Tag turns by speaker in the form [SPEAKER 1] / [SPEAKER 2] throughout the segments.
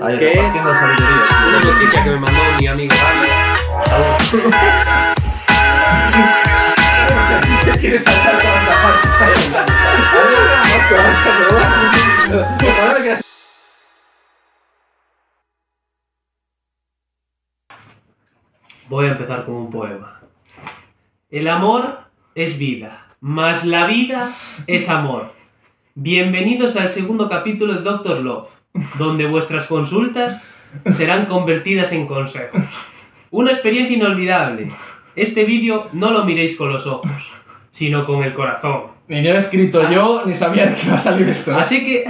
[SPEAKER 1] Ahí,
[SPEAKER 2] ¿Qué es?
[SPEAKER 1] repartiendo sabiduría.
[SPEAKER 3] Una cosita que me mandó mi amiga Ana.
[SPEAKER 1] Se quiere saltar con la parte.
[SPEAKER 3] Voy a empezar con un poema. El amor es vida, más la vida es amor. Bienvenidos al segundo capítulo de Doctor Love, donde vuestras consultas serán convertidas en consejos. Una experiencia inolvidable. Este vídeo no lo miréis con los ojos, sino con el corazón.
[SPEAKER 1] Ni lo he escrito yo, ni sabía que iba a salir esto.
[SPEAKER 3] Así que,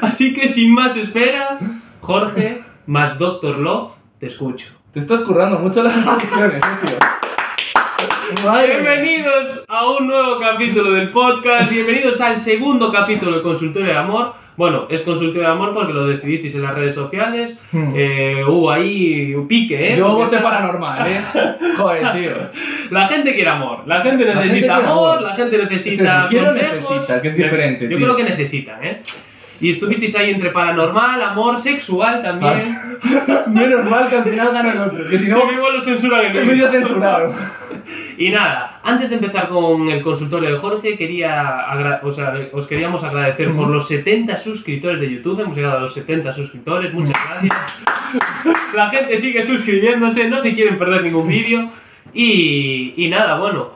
[SPEAKER 3] así que sin más espera, Jorge más Doctor Love, te escucho.
[SPEAKER 1] Te estás currando mucho las canciones, eh, tío. Madre mía.
[SPEAKER 3] Bienvenidos a un nuevo capítulo del podcast, bienvenidos al segundo capítulo de Consultorio de Amor. Bueno, es Consultorio de Amor porque lo decidisteis en las redes sociales.
[SPEAKER 1] Hmm.
[SPEAKER 3] Eh, hubo ahí un pique, ¿eh?
[SPEAKER 1] Yo
[SPEAKER 3] Porque
[SPEAKER 1] voté paranormal, eh. Joder, tío.
[SPEAKER 3] La gente quiere amor, la gente
[SPEAKER 1] La gente
[SPEAKER 3] necesita
[SPEAKER 1] quiere
[SPEAKER 3] amor,
[SPEAKER 1] amor.
[SPEAKER 3] la gente
[SPEAKER 1] Es
[SPEAKER 3] necesita
[SPEAKER 1] eso, quiero
[SPEAKER 3] consejos.
[SPEAKER 1] necesita, que es diferente,
[SPEAKER 3] Yo
[SPEAKER 1] tío.
[SPEAKER 3] creo que necesitan, ¿eh? Y estuvisteis ahí entre paranormal, amor, sexual también.
[SPEAKER 1] Menos mal que al final gana el otro, que Ah, si no,
[SPEAKER 3] Sí, mismo los censuran en
[SPEAKER 1] es
[SPEAKER 3] el
[SPEAKER 1] medio censurado.
[SPEAKER 3] Y nada, antes de empezar con el consultorio de Jorge, quería agra- o sea, os queríamos agradecer por los 70 suscriptores de YouTube. Hemos llegado a los 70 suscriptores, muchas gracias. La gente sigue suscribiéndose, no se quieren perder ningún vídeo. Y, y nada, bueno,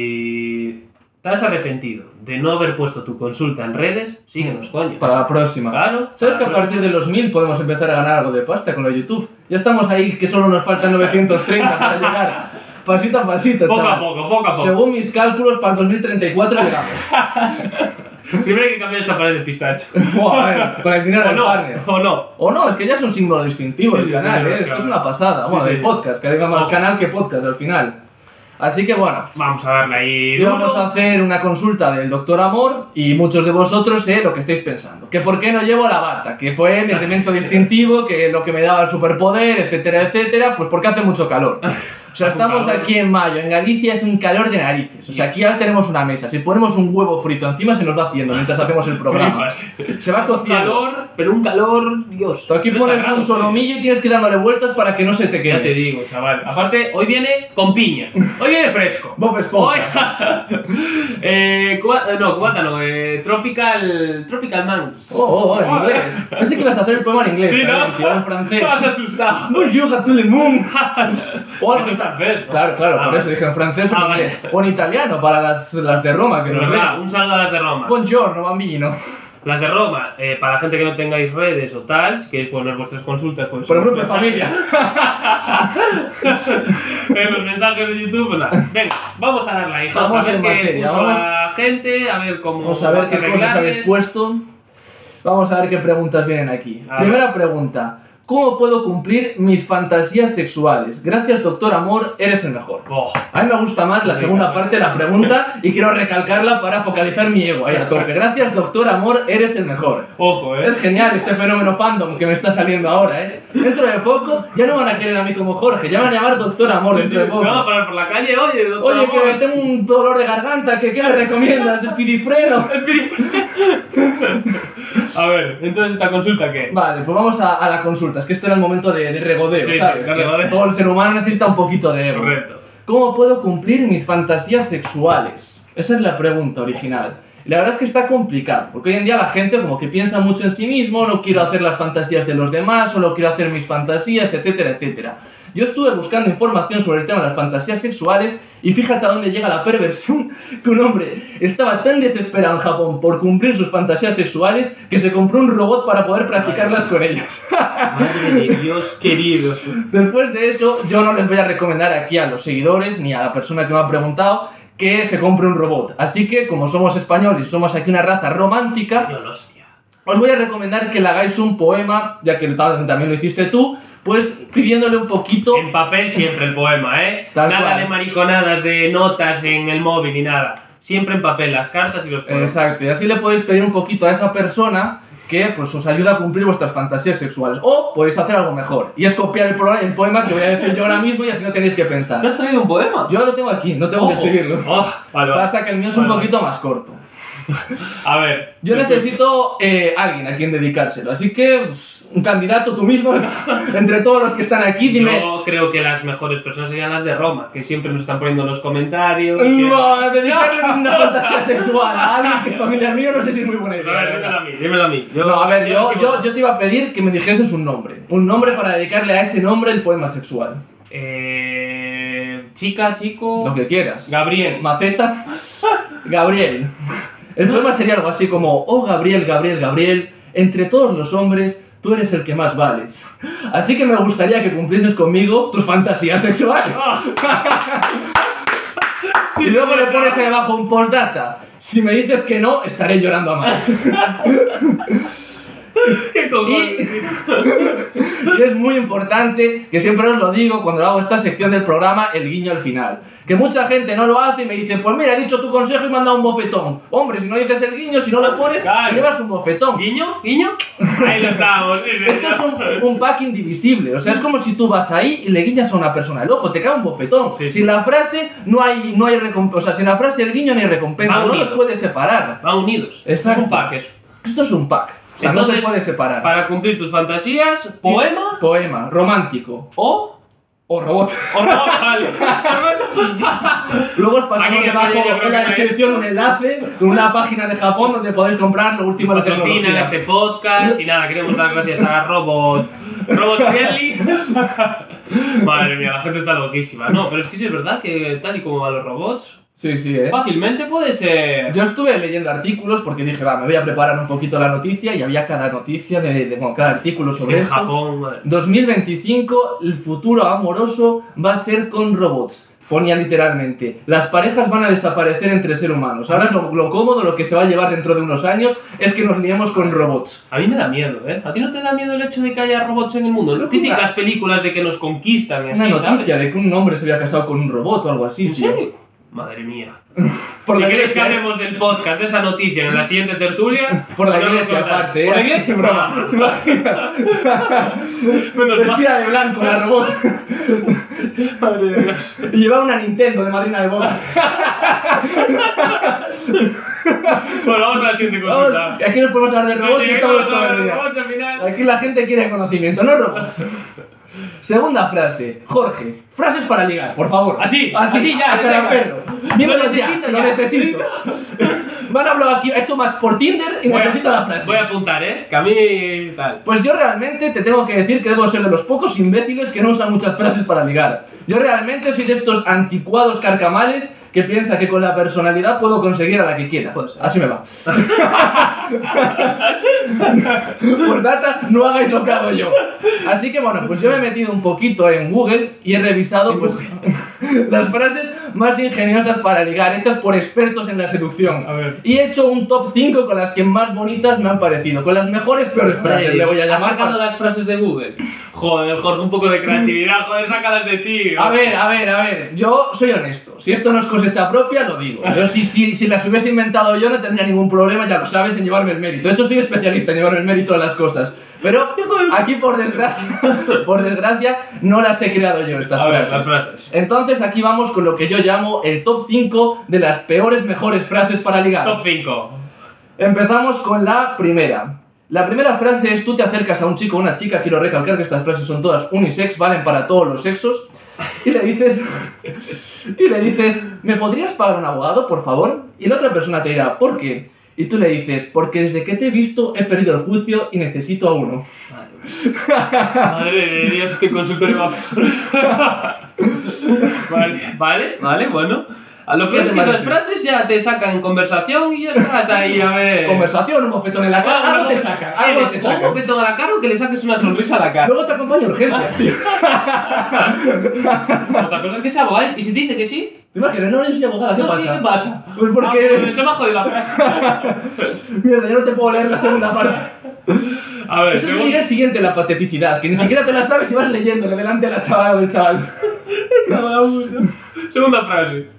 [SPEAKER 3] si estás arrepentido de no haber puesto tu consulta en redes, síguenos, coño.
[SPEAKER 1] Para la próxima.
[SPEAKER 3] Claro.
[SPEAKER 1] ¿Sabes que
[SPEAKER 3] para
[SPEAKER 1] a partir de los 1000 podemos empezar a ganar algo de pasta con lo de YouTube? Ya estamos ahí, que solo nos faltan 930 para llegar. Pasito a pasito,
[SPEAKER 3] Poco a
[SPEAKER 1] chaval.
[SPEAKER 3] poco, poco a poco.
[SPEAKER 1] Según mis cálculos, para el 2034 llegamos.
[SPEAKER 3] Primero hay que cambiar esta pared de pistacho.
[SPEAKER 1] Buah, a ver, con el dinero
[SPEAKER 3] o
[SPEAKER 1] del
[SPEAKER 3] no,
[SPEAKER 1] partner.
[SPEAKER 3] o no.
[SPEAKER 1] O no, es que ya es un símbolo distintivo
[SPEAKER 3] Sí,
[SPEAKER 1] el
[SPEAKER 3] sí,
[SPEAKER 1] canal,
[SPEAKER 3] sí,
[SPEAKER 1] ¿eh? Esto
[SPEAKER 3] claro.
[SPEAKER 1] es una pasada.
[SPEAKER 3] Sí,
[SPEAKER 1] Bueno,
[SPEAKER 3] sí.
[SPEAKER 1] el podcast, que diga más
[SPEAKER 3] Oh.
[SPEAKER 1] canal que podcast al final. Así que bueno,
[SPEAKER 3] Vamos a darle ahí.
[SPEAKER 1] Y
[SPEAKER 3] duro.
[SPEAKER 1] vamos a hacer una consulta del doctor Amor y muchos de vosotros sé lo que estáis pensando. Que por qué no llevo la bata, que fue mi elemento distintivo, que lo que me daba el superpoder, etcétera, etcétera, pues porque hace mucho calor. O sea,
[SPEAKER 3] Hace un
[SPEAKER 1] estamos
[SPEAKER 3] calor.
[SPEAKER 1] aquí en mayo, en Galicia hace un calor de narices. O sea, aquí ya tenemos una mesa, si ponemos un huevo frito encima se nos va haciendo mientras hacemos el programa.
[SPEAKER 3] Flipas.
[SPEAKER 1] Se va
[SPEAKER 3] Un
[SPEAKER 1] cociendo.
[SPEAKER 3] calor, pero un calor, Dios.
[SPEAKER 1] Tú aquí
[SPEAKER 3] 30
[SPEAKER 1] pones un
[SPEAKER 3] grados, tío.
[SPEAKER 1] solomillo y tienes que dándole vueltas para que no se te
[SPEAKER 3] Ya te
[SPEAKER 1] quede.
[SPEAKER 3] digo, chaval. Aparte, hoy viene con piña. Hoy viene fresco.
[SPEAKER 1] Bob
[SPEAKER 3] Hoy...
[SPEAKER 1] Esponja.
[SPEAKER 3] eh, cuba- eh, no, cubata no. eh, tropical... Tropical Mans.
[SPEAKER 1] Oh, oh, oh, en
[SPEAKER 3] Oh,
[SPEAKER 1] inglés. Pensé que ibas a hacer el poema en inglés,
[SPEAKER 3] sí,
[SPEAKER 1] ¿no?
[SPEAKER 3] ¿no?
[SPEAKER 1] en francés.
[SPEAKER 3] Estabas asustado.
[SPEAKER 1] Bonjour a tout le monde. O algo
[SPEAKER 3] Eso en
[SPEAKER 1] así.
[SPEAKER 3] francés, ¿no?
[SPEAKER 1] Claro, claro,
[SPEAKER 3] Ah,
[SPEAKER 1] por
[SPEAKER 3] vale.
[SPEAKER 1] eso dije en francés o
[SPEAKER 3] Ah,
[SPEAKER 1] en
[SPEAKER 3] vale.
[SPEAKER 1] inglés. O en italiano, para las, las de Roma que
[SPEAKER 3] Pero
[SPEAKER 1] nos
[SPEAKER 3] Pues nada,
[SPEAKER 1] ven.
[SPEAKER 3] un saludo a las de Roma.
[SPEAKER 1] Buongiorno, bambino.
[SPEAKER 3] Las de Roma, eh, para la gente que no tengáis redes o tal, si queréis poner vuestras consultas, pues.
[SPEAKER 1] Por el grupo de familia.
[SPEAKER 3] en eh, los mensajes de YouTube, pues nada. Venga, vamos a darla, hija.
[SPEAKER 1] Vamos
[SPEAKER 3] a ver
[SPEAKER 1] en
[SPEAKER 3] qué
[SPEAKER 1] materia,
[SPEAKER 3] puso
[SPEAKER 1] vamos.
[SPEAKER 3] la gente, a ver cómo.
[SPEAKER 1] Vamos a ver
[SPEAKER 3] vas
[SPEAKER 1] qué cosas
[SPEAKER 3] arreglarles.
[SPEAKER 1] habéis puesto. Vamos a ver qué preguntas vienen aquí.
[SPEAKER 3] A ver.
[SPEAKER 1] Primera pregunta. ¿Cómo puedo cumplir mis fantasías sexuales? Gracias, doctor amor, eres el mejor.
[SPEAKER 3] Oh,
[SPEAKER 1] A mí me gusta más la segunda parte de la pregunta y quiero recalcarla para focalizar mi ego ahí a tope. Gracias, doctor amor, eres el mejor.
[SPEAKER 3] ojo, eh.
[SPEAKER 1] Es genial este fenómeno fandom que me está saliendo ahora, ¿eh? Dentro de poco ya no van a querer a mí como Jorge, ya van a llamar Doctor Amor
[SPEAKER 3] Sí, sí,
[SPEAKER 1] dentro de
[SPEAKER 3] me van a
[SPEAKER 1] poco.
[SPEAKER 3] parar por la calle, oye, doctor.
[SPEAKER 1] Oye, que
[SPEAKER 3] amor.
[SPEAKER 1] tengo un dolor de garganta, que ¿qué me recomiendas? Espirifreno.
[SPEAKER 3] Espíritu- a ver, entonces esta consulta que.
[SPEAKER 1] Vale, pues vamos a, a la consulta, es que este era el momento de, de regodeo,
[SPEAKER 3] Sí, sí,
[SPEAKER 1] ¿sabes?
[SPEAKER 3] de
[SPEAKER 1] Que
[SPEAKER 3] regodeo.
[SPEAKER 1] todo el ser humano necesita un poquito de ego.
[SPEAKER 3] Correcto.
[SPEAKER 1] ¿Cómo puedo cumplir mis fantasías sexuales? Esa es la pregunta original. Y La verdad es que está complicado, porque hoy en día la gente como que piensa mucho en sí mismo, no quiero hacer las fantasías de los demás, solo quiero hacer mis fantasías, etcétera, etcétera. Yo estuve buscando información sobre el tema de las fantasías sexuales y fíjate a dónde llega la perversión que un hombre estaba tan desesperado en Japón por cumplir sus fantasías sexuales que se compró un robot para poder practicarlas con ellas.
[SPEAKER 3] Madre de Dios querido.
[SPEAKER 1] Después de eso, yo no les voy a recomendar aquí a los seguidores ni a la persona que me ha preguntado que se compre un robot. Así que, como somos españoles y somos aquí una raza romántica,
[SPEAKER 3] Yo, hostia.
[SPEAKER 1] os voy a recomendar que le hagáis un poema, ya que tal- también lo hiciste tú, pues pidiéndole un poquito...
[SPEAKER 3] En papel siempre el poema, ¿eh?
[SPEAKER 1] Tal
[SPEAKER 3] nada
[SPEAKER 1] cual.
[SPEAKER 3] de mariconadas, de notas en el móvil ni nada. Siempre en papel, las cartas y los poemas.
[SPEAKER 1] Exacto, y así le podéis pedir un poquito a esa persona que pues os ayuda a cumplir vuestras fantasías sexuales. O podéis hacer algo mejor, y es copiar el, pro- el poema que voy a decir yo ahora mismo y así no tenéis que
[SPEAKER 3] ¿Te
[SPEAKER 1] pensar.
[SPEAKER 3] has traído un poema?
[SPEAKER 1] Yo lo tengo aquí, no tengo que
[SPEAKER 3] Ojo.
[SPEAKER 1] escribirlo.
[SPEAKER 3] Oh, vale, vale.
[SPEAKER 1] Pasa que el mío es un
[SPEAKER 3] Vale, vale.
[SPEAKER 1] poquito más corto.
[SPEAKER 3] A ver.
[SPEAKER 1] Yo
[SPEAKER 3] Entonces,
[SPEAKER 1] necesito eh, alguien a quien dedicárselo, así que pues, eres un candidato tú mismo entre todos los que están aquí, dime.
[SPEAKER 3] Yo creo que las mejores personas serían las de Roma, que siempre nos están poniendo en los comentarios. que-
[SPEAKER 1] No, dedicarle una fantasía sexual a alguien que es familiar mío no sé si es muy buena
[SPEAKER 3] A
[SPEAKER 1] idea.
[SPEAKER 3] ver,
[SPEAKER 1] la
[SPEAKER 3] dímelo
[SPEAKER 1] verdad.
[SPEAKER 3] a mí, dímelo a mí.
[SPEAKER 1] No, a ver, yo,
[SPEAKER 3] yo-
[SPEAKER 1] yo, yo te iba a pedir que me dijeses un nombre. Un nombre para dedicarle a ese nombre el poema sexual.
[SPEAKER 3] Eh, chica, chico.
[SPEAKER 1] Lo que quieras.
[SPEAKER 3] Gabriel.
[SPEAKER 1] Maceta. Gabriel. El poema sería algo así como, oh Gabriel, Gabriel, Gabriel, entre todos los hombres, tú eres el que más vales. Así que me gustaría que cumplieses conmigo tus fantasías sexuales.
[SPEAKER 3] Ah.
[SPEAKER 1] y luego le pones ahí abajo un postdata. Si me dices que no, estaré llorando a más.
[SPEAKER 3] ¿Qué cojones?
[SPEAKER 1] Y es muy importante, que siempre os lo digo cuando hago esta sección del programa, el guiño al final. Que mucha gente no lo hace y me dicen, pues mira, he dicho tu consejo y me han dado un bofetón. Hombre, si no dices el guiño, si no lo pones,
[SPEAKER 3] Claro.
[SPEAKER 1] llevas un bofetón.
[SPEAKER 3] ¿Guiño? ¿Guiño? Ahí lo estamos. sí, sí,
[SPEAKER 1] Esto es un, un pack indivisible, o sea, es como si tú vas ahí y le guiñas a una persona el ojo, te cae un bofetón.
[SPEAKER 3] Sí, sí.
[SPEAKER 1] Sin la frase no hay, no hay recompensa, o sea, sin la frase el guiño no hay recompensa,
[SPEAKER 3] Van
[SPEAKER 1] no los
[SPEAKER 3] Ah, unidos.
[SPEAKER 1] puedes separar.
[SPEAKER 3] Van unidos. Es
[SPEAKER 1] Exacto.
[SPEAKER 3] un pack eso.
[SPEAKER 1] Esto es un pack, o sea, no
[SPEAKER 3] Entonces,
[SPEAKER 1] se puede separar.
[SPEAKER 3] Para cumplir tus fantasías, poema
[SPEAKER 1] Poema, romántico
[SPEAKER 3] o.
[SPEAKER 1] o robot.
[SPEAKER 3] O no, vale.
[SPEAKER 1] Luego os pasamos
[SPEAKER 3] Aquí,
[SPEAKER 1] debajo
[SPEAKER 3] aquí, yo creo
[SPEAKER 1] en la
[SPEAKER 3] que-
[SPEAKER 1] descripción un enlace con una página de Japón donde podéis comprar lo último de
[SPEAKER 3] Patrocinan
[SPEAKER 1] tecnología.
[SPEAKER 3] este podcast y nada, queremos dar gracias a Robot. Robot Friendly. Madre mía, la gente está loquísima. No, pero es que sí es verdad que tal y como van los robots,
[SPEAKER 1] Sí, sí, eh.
[SPEAKER 3] fácilmente puede ser.
[SPEAKER 1] Yo estuve leyendo artículos porque dije, va, me voy a preparar un poquito la noticia y había cada noticia de, de- bueno, cada artículo
[SPEAKER 3] Es que
[SPEAKER 1] sobre
[SPEAKER 3] en
[SPEAKER 1] esto.
[SPEAKER 3] Japón, madre
[SPEAKER 1] 2025, el futuro amoroso va a ser con robots. Ponía literalmente, las parejas van a desaparecer entre ser humanos. Ahora lo, lo cómodo, lo que se va a llevar dentro de unos años es que nos liemos con robots.
[SPEAKER 3] A mí me da miedo, ¿eh? ¿A ti no te da miedo el hecho de que haya robots en el mundo?
[SPEAKER 1] Creo que
[SPEAKER 3] Típicas películas de que nos conquistan y
[SPEAKER 1] Una
[SPEAKER 3] así,
[SPEAKER 1] noticia
[SPEAKER 3] ¿sabes?
[SPEAKER 1] de que un hombre se había casado con un robot o algo así,
[SPEAKER 3] ¿En
[SPEAKER 1] tío.
[SPEAKER 3] serio? Madre mía.
[SPEAKER 1] Por
[SPEAKER 3] si
[SPEAKER 1] la
[SPEAKER 3] quieres que
[SPEAKER 1] iglesia, ¿eh?
[SPEAKER 3] hablemos del podcast, de esa noticia, en la siguiente tertulia...
[SPEAKER 1] Por la
[SPEAKER 3] no nos
[SPEAKER 1] iglesia,
[SPEAKER 3] contarás.
[SPEAKER 1] aparte, ¿eh?
[SPEAKER 3] Por la iglesia, broma.
[SPEAKER 1] ¿Te imaginas?
[SPEAKER 3] Menos mal.
[SPEAKER 1] eh, Vestida de blanco, la robot.
[SPEAKER 3] Madre de Dios.
[SPEAKER 1] Y llevaba una Nintendo de madrina de boda.
[SPEAKER 3] Bueno, vamos a la siguiente
[SPEAKER 1] Vamos,
[SPEAKER 3] consulta.
[SPEAKER 1] aquí nos podemos hablar de robots y
[SPEAKER 3] Sí,
[SPEAKER 1] estamos
[SPEAKER 3] vamos a
[SPEAKER 1] todo el
[SPEAKER 3] ver,
[SPEAKER 1] día.
[SPEAKER 3] robots al final.
[SPEAKER 1] Aquí la gente quiere conocimiento, no robots. Segunda frase, Jorge. Frases para ligar, por favor.
[SPEAKER 3] Así,
[SPEAKER 1] así,
[SPEAKER 3] así ya,
[SPEAKER 1] a
[SPEAKER 3] ya
[SPEAKER 1] cara
[SPEAKER 3] saca.
[SPEAKER 1] perro. Dímelo
[SPEAKER 3] Lo
[SPEAKER 1] ya,
[SPEAKER 3] necesito
[SPEAKER 1] lo
[SPEAKER 3] ya.
[SPEAKER 1] necesito. Me han hablado aquí, ha hecho match por Tinder y
[SPEAKER 3] Voy a-
[SPEAKER 1] necesito la frase.
[SPEAKER 3] Voy a apuntar, ¿eh? Que a mí... tal.
[SPEAKER 1] Pues yo realmente te tengo que decir que debo ser de los pocos imbéciles que no usan muchas frases para ligar. Yo realmente soy de estos anticuados carcamales que piensa que con la personalidad puedo conseguir a la que quiera.
[SPEAKER 3] Puede ser.
[SPEAKER 1] Así me va. Por data, no hagáis lo que hago yo. Así que bueno, pues yo me he metido un poquito en Google y he revisado pues, las frases más ingeniosas para ligar, hechas por expertos en la seducción.
[SPEAKER 3] A ver.
[SPEAKER 1] Y he hecho un top 5 con las que más bonitas me han parecido, con las mejores peores frases. Le voy a
[SPEAKER 3] ¿Has
[SPEAKER 1] llamar.
[SPEAKER 3] sacado las frases de Google? Joder, Jorge, un poco de creatividad. Joder, sácalas de ti.
[SPEAKER 1] A ver, a ver, a ver, yo soy honesto. Si esto no es cosecha propia, lo digo. Yo si, si, si las hubiese inventado yo no tendría ningún problema, ya lo sabes, en llevarme el mérito. De hecho, soy especialista en llevarme el mérito de las cosas. Pero aquí, por desgracia, por desgracia, no las he creado yo estas
[SPEAKER 3] A ver,
[SPEAKER 1] frases.
[SPEAKER 3] las frases.
[SPEAKER 1] Entonces aquí vamos con lo que yo llamo el top 5 de las peores mejores frases para ligar.
[SPEAKER 3] Top 5.
[SPEAKER 1] Empezamos con la primera. La primera frase es tú te acercas a un chico o una chica, quiero recalcar que estas frases son todas unisex, valen para todos los sexos, y le dices y le dices, "¿Me podrías pagar un abogado, por favor?" Y la otra persona te dirá, "¿Por qué?" Y tú le dices, "Porque desde que te he visto he perdido el juicio y necesito a uno."
[SPEAKER 3] Madre de Dios, este consultorio va vale, vale, vale, bueno. A lo
[SPEAKER 1] ¿Qué
[SPEAKER 3] peor
[SPEAKER 1] te
[SPEAKER 3] es que esas
[SPEAKER 1] parece?
[SPEAKER 3] frases ya te sacan conversación y ya estás ahí, a ver.
[SPEAKER 1] Conversación, un bofetón en la cara, algo te sacan, algo te
[SPEAKER 3] ¿Cómo
[SPEAKER 1] sacan.
[SPEAKER 3] a la cara o que le saques una sonrisa a la cara?
[SPEAKER 1] Luego te acompaña a urgencias, tío.
[SPEAKER 3] Otra cosa es que sea abogado y si te dice que sí,
[SPEAKER 1] ¿Te imaginas? No eres ni abogada, ¿qué
[SPEAKER 3] no, sí,
[SPEAKER 1] pasa?
[SPEAKER 3] ¿qué pasa?
[SPEAKER 1] Pues
[SPEAKER 3] Ah, pero
[SPEAKER 1] porque...
[SPEAKER 3] se me ha jodido la frase.
[SPEAKER 1] Mierda, yo no te puedo leer la segunda parte.
[SPEAKER 3] A ver,
[SPEAKER 1] Eso es
[SPEAKER 3] según-
[SPEAKER 1] el siguiente, la pateticidad, que ni siquiera te la sabes y vas leyéndole delante de la chavala o del chaval.
[SPEAKER 3] segunda frase.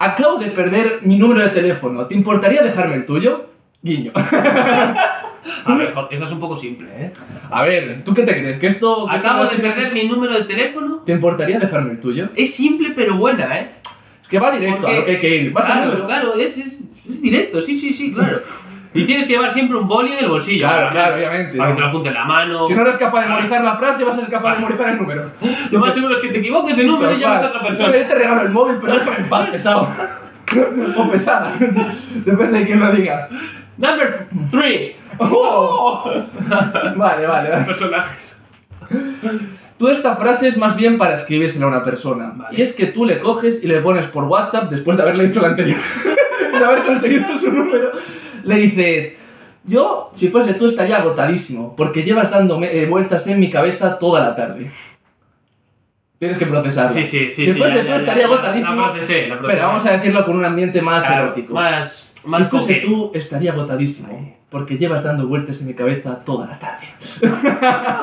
[SPEAKER 1] Acabo de perder mi número de teléfono, ¿te importaría dejarme el tuyo? Guiño.
[SPEAKER 3] A ver, Jorge, esa es un poco simple, ¿eh?
[SPEAKER 1] A ver, ¿tú qué te crees? ¿Que esto... que
[SPEAKER 3] Acabo de
[SPEAKER 1] esto-
[SPEAKER 3] perder mi número de teléfono.
[SPEAKER 1] ¿Te importaría dejarme el tuyo?
[SPEAKER 3] Es simple pero buena, ¿eh?
[SPEAKER 1] Es que va directo a
[SPEAKER 3] Porque-
[SPEAKER 1] lo que hay que ir. Vas a
[SPEAKER 3] claro,
[SPEAKER 1] verlo.
[SPEAKER 3] claro, es, es, es directo, sí, sí, sí, claro. Y tienes que llevar siempre un boli en el bolsillo.
[SPEAKER 1] Claro,
[SPEAKER 3] para-
[SPEAKER 1] claro, obviamente.
[SPEAKER 3] Para que te lo apunte en la mano.
[SPEAKER 1] Si no eres capaz de memorizar la frase, vas a ser capaz de memorizar el número.
[SPEAKER 3] Ah. Lo más seguro es que te equivoques de número y llamas a otra persona.
[SPEAKER 1] Yo te regalo el móvil, pero déjame en paz, pesado. o pesada. Depende de quién lo diga.
[SPEAKER 3] Number 3. Oh.
[SPEAKER 1] Vale, vale, vale.
[SPEAKER 3] Personajes.
[SPEAKER 1] Tú esta frase es más bien para escribírsela a una persona.
[SPEAKER 3] Vale.
[SPEAKER 1] Y es que tú le coges y le pones por WhatsApp después de haberle dicho la anterior. de haber conseguido su número. Le dices, yo, si fuese tú, estaría agotadísimo, porque llevas dándome eh, vueltas en mi cabeza toda la tarde. Tienes que procesarlo.
[SPEAKER 3] Sí, sí, sí.
[SPEAKER 1] Si
[SPEAKER 3] sí,
[SPEAKER 1] fuese
[SPEAKER 3] ya,
[SPEAKER 1] tú,
[SPEAKER 3] ya, ya,
[SPEAKER 1] estaría
[SPEAKER 3] ya.
[SPEAKER 1] agotadísimo.
[SPEAKER 3] La procesé, la procesé.
[SPEAKER 1] Pero vamos a decirlo con un ambiente más
[SPEAKER 3] Claro,
[SPEAKER 1] erótico.
[SPEAKER 3] Más, más
[SPEAKER 1] si fuese
[SPEAKER 3] coqueto.
[SPEAKER 1] tú, estaría agotadísimo, porque llevas dando vueltas en mi cabeza toda la tarde.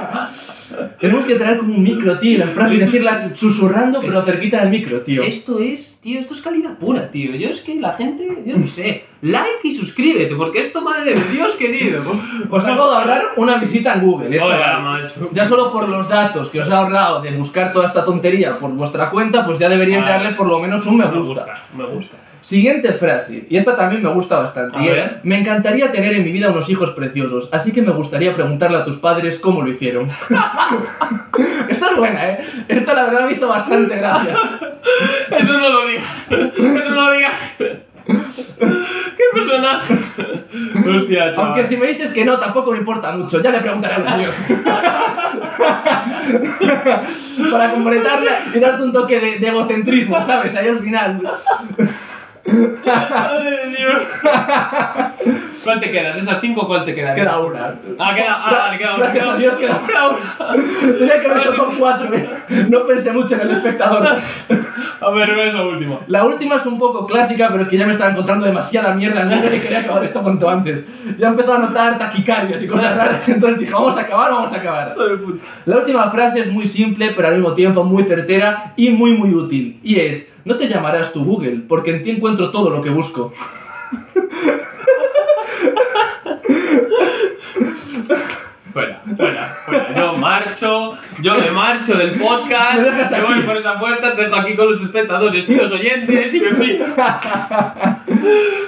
[SPEAKER 1] Tenemos que traer como un micro, tío, las frases,
[SPEAKER 3] Eso-
[SPEAKER 1] decirlas susurrando, pero cerquita del micro, tío.
[SPEAKER 3] Esto es, tío, esto es calidad pura, tío. Yo es que la gente, yo no sé. Like y suscríbete, porque esto, madre de Dios querido.
[SPEAKER 1] Os acabo de ahorrar una visita en Google, eh,
[SPEAKER 3] Hola,
[SPEAKER 1] chaval.
[SPEAKER 3] macho.
[SPEAKER 1] Ya solo por los datos que os ha ahorrado de buscar toda esta tontería por vuestra cuenta, pues ya deberíais
[SPEAKER 3] Ah,
[SPEAKER 1] darle por lo menos un me gusta.
[SPEAKER 3] Me gusta, me gusta.
[SPEAKER 1] Siguiente frase, y esta también me gusta bastante,
[SPEAKER 3] A
[SPEAKER 1] y
[SPEAKER 3] ver.
[SPEAKER 1] es, me encantaría tener en mi vida unos hijos preciosos, así que me gustaría preguntarle a tus padres cómo lo hicieron. Esta es buena, ¿eh? Esta la verdad me hizo bastante gracia.
[SPEAKER 3] Eso no lo digas. Eso no lo digas. Qué personaje. Hostia, chaval.
[SPEAKER 1] Aunque si me dices que no, tampoco me importa mucho, ya le preguntaré a los míos. Para completarla y darte un toque de, de egocentrismo, ¿sabes? Ahí al final.
[SPEAKER 3] Madre de Dios. ¿Cuál te quedas? De esas cinco, ¿cuál te queda?
[SPEAKER 1] Queda una.
[SPEAKER 3] Ah, queda, ah, vale, queda una.
[SPEAKER 1] Gracias
[SPEAKER 3] queda
[SPEAKER 1] a Dios queda una. Tenía que haber hecho top 4, no pensé mucho en el espectador.
[SPEAKER 3] A ver, es la última.
[SPEAKER 1] La última es un poco clásica, pero es que ya me estaba encontrando demasiada mierda en Google y quería acabar esto cuanto antes. Ya he empezado a notar taquicardias y cosas raras, entonces dije, vamos a acabar, vamos a acabar.
[SPEAKER 3] Madre puta.
[SPEAKER 1] La última frase es muy simple, pero al mismo tiempo muy certera y muy muy útil. Y es, no te llamarás tu Google, porque en ti encuentro todo lo que busco.
[SPEAKER 3] Fuera, fuera, fuera. Yo marcho, yo me marcho del podcast,
[SPEAKER 1] Me dejas
[SPEAKER 3] me voy
[SPEAKER 1] aquí.
[SPEAKER 3] por esa puerta, te dejo aquí con los espectadores y los oyentes y me fui.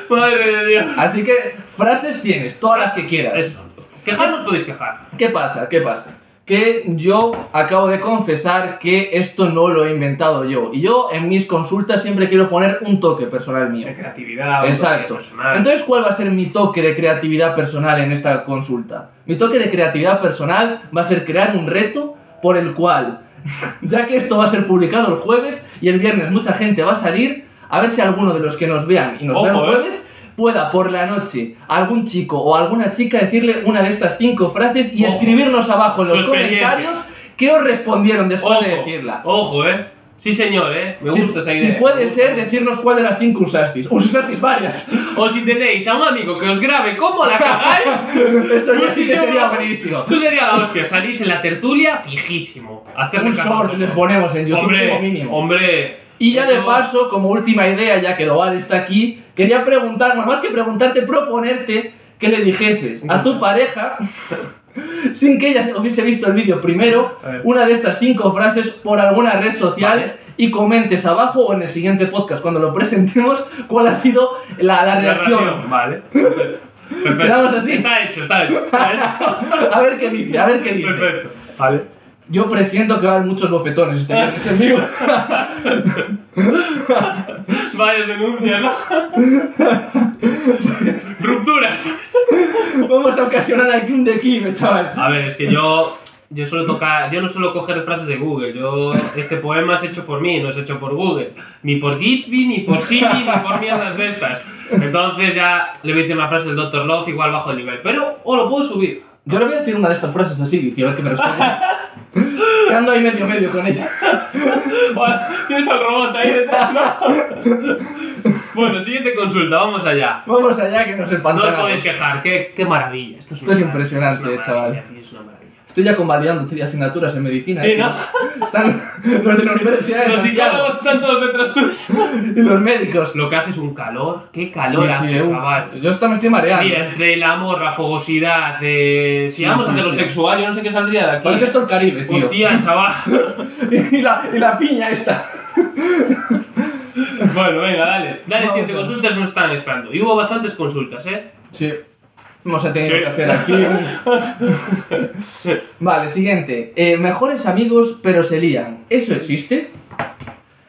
[SPEAKER 3] Madre de Dios.
[SPEAKER 1] Así que, frases tienes, todas las que quieras.
[SPEAKER 3] Eso. Quejarnos podéis quejar.
[SPEAKER 1] ¿Qué pasa? ¿Qué pasa? Que yo acabo de confesar que esto no lo he inventado yo. Y yo en mis consultas siempre quiero poner un toque personal mío.
[SPEAKER 3] De creatividad, un
[SPEAKER 1] Exacto.
[SPEAKER 3] toque personal.
[SPEAKER 1] Entonces, ¿cuál va a ser mi toque de creatividad personal en esta consulta? Mi toque de creatividad personal va a ser crear un reto por el cual, ya que esto va a ser publicado el jueves y el viernes mucha gente va a salir, a ver si alguno de los que nos vean y nos
[SPEAKER 3] Ojo,
[SPEAKER 1] vean el
[SPEAKER 3] eh.
[SPEAKER 1] jueves pueda por la noche a algún chico o a alguna chica decirle una de estas cinco frases y
[SPEAKER 3] Ojo.
[SPEAKER 1] escribirnos abajo en
[SPEAKER 3] Su
[SPEAKER 1] los
[SPEAKER 3] experiencia.
[SPEAKER 1] comentarios qué os respondieron después
[SPEAKER 3] ojo,
[SPEAKER 1] de decirla.
[SPEAKER 3] ojo, eh. Sí, señor, eh. Me
[SPEAKER 1] si,
[SPEAKER 3] gusta esa
[SPEAKER 1] si
[SPEAKER 3] idea. Me
[SPEAKER 1] puede
[SPEAKER 3] gusta.
[SPEAKER 1] ser, decirnos cuál de las cinco usasteis. Usasteis varias.
[SPEAKER 3] O si tenéis a un amigo que os grabe cómo la cagáis.
[SPEAKER 1] Eso yo
[SPEAKER 3] pues
[SPEAKER 1] sí
[SPEAKER 3] si
[SPEAKER 1] que
[SPEAKER 3] yo-
[SPEAKER 1] sería buenísimo.
[SPEAKER 3] Eso sería la hostia. Salís en la tertulia fijísimo. Hacer
[SPEAKER 1] Un short les ponemos en YouTube como
[SPEAKER 3] Hombre,
[SPEAKER 1] mínimo.
[SPEAKER 3] hombre.
[SPEAKER 1] Y ya de
[SPEAKER 3] eso-
[SPEAKER 1] paso, como última idea, ya que Doval está aquí, quería preguntar, bueno, más que preguntarte, proponerte que le dijeses a tu pareja, sin que ella hubiese visto el vídeo primero,
[SPEAKER 3] A ver.
[SPEAKER 1] una de estas cinco frases por alguna red social
[SPEAKER 3] Vale.
[SPEAKER 1] y comentes abajo o en el siguiente podcast, cuando lo presentemos, cuál ha sido la, la
[SPEAKER 3] La
[SPEAKER 1] reacción.
[SPEAKER 3] ración, Vale. Perfecto. Perfecto.
[SPEAKER 1] Quedamos así.
[SPEAKER 3] Está hecho, está hecho. Está hecho.
[SPEAKER 1] A ver qué dice, a ver qué dice.
[SPEAKER 3] Perfecto. Vale.
[SPEAKER 1] Yo presiento que va a haber muchos bofetones este viernes en vivo.
[SPEAKER 3] Varias denuncias, ¿no? Rupturas.
[SPEAKER 1] Vamos a ocasionar aquí un declive, chaval.
[SPEAKER 3] A ver, es que yo. Yo suelo tocar. Yo no suelo coger frases de Google. Yo. Este poema es hecho por mí, no es hecho por Google. Ni por Gisby, ni por Simi, ni por mierdas de estas. Entonces ya le voy a decir una frase del Dr. Love, igual bajo el nivel. Pero, o lo puedo subir.
[SPEAKER 1] Yo le voy a decir una de estas frases así, tío, a ver qué me responde. Que ando ahí medio medio con ella.
[SPEAKER 3] Tienes al robot ahí detrás, ¿no? Bueno, siguiente consulta, vamos allá.
[SPEAKER 1] Vamos allá que nos
[SPEAKER 3] No os
[SPEAKER 1] empantanamos.
[SPEAKER 3] podéis quejar, qué, qué maravilla. Esto es,
[SPEAKER 1] Esto
[SPEAKER 3] una
[SPEAKER 1] es
[SPEAKER 3] maravilla,
[SPEAKER 1] impresionante,
[SPEAKER 3] esto es una
[SPEAKER 1] chaval.
[SPEAKER 3] maravilla, tío, es una maravilla.
[SPEAKER 1] Estoy ya convalidando tío, asignaturas en medicina.
[SPEAKER 3] Sí,
[SPEAKER 1] eh, tío. Están los de la universidad de
[SPEAKER 3] Los
[SPEAKER 1] Santiago
[SPEAKER 3] psicólogos están todos detrás tuyo.
[SPEAKER 1] y los médicos.
[SPEAKER 3] Lo que hace es un calor, qué
[SPEAKER 1] Sí,
[SPEAKER 3] calor
[SPEAKER 1] sí,
[SPEAKER 3] hace,
[SPEAKER 1] uf,
[SPEAKER 3] chaval.
[SPEAKER 1] yo hasta me estoy mareando.
[SPEAKER 3] Mira, entre el amor, la fogosidad, eh, si
[SPEAKER 1] Sí,
[SPEAKER 3] vamos
[SPEAKER 1] sí,
[SPEAKER 3] a hacer lo
[SPEAKER 1] sí.
[SPEAKER 3] sexual, yo no sé qué saldría de aquí.
[SPEAKER 1] Parece esto el Caribe, tío.
[SPEAKER 3] Hostia, chaval.
[SPEAKER 1] Y la, y la piña esta.
[SPEAKER 3] bueno, venga, dale. Dale,
[SPEAKER 1] Vamos
[SPEAKER 3] siete
[SPEAKER 1] a ver.
[SPEAKER 3] consultas nos están esperando. Y hubo bastantes consultas, ¿eh?
[SPEAKER 1] Sí. Hemos tenido
[SPEAKER 3] Sí.
[SPEAKER 1] que hacer aquí un- Vale, siguiente. Eh, mejores amigos, pero se lían. ¿Eso existe?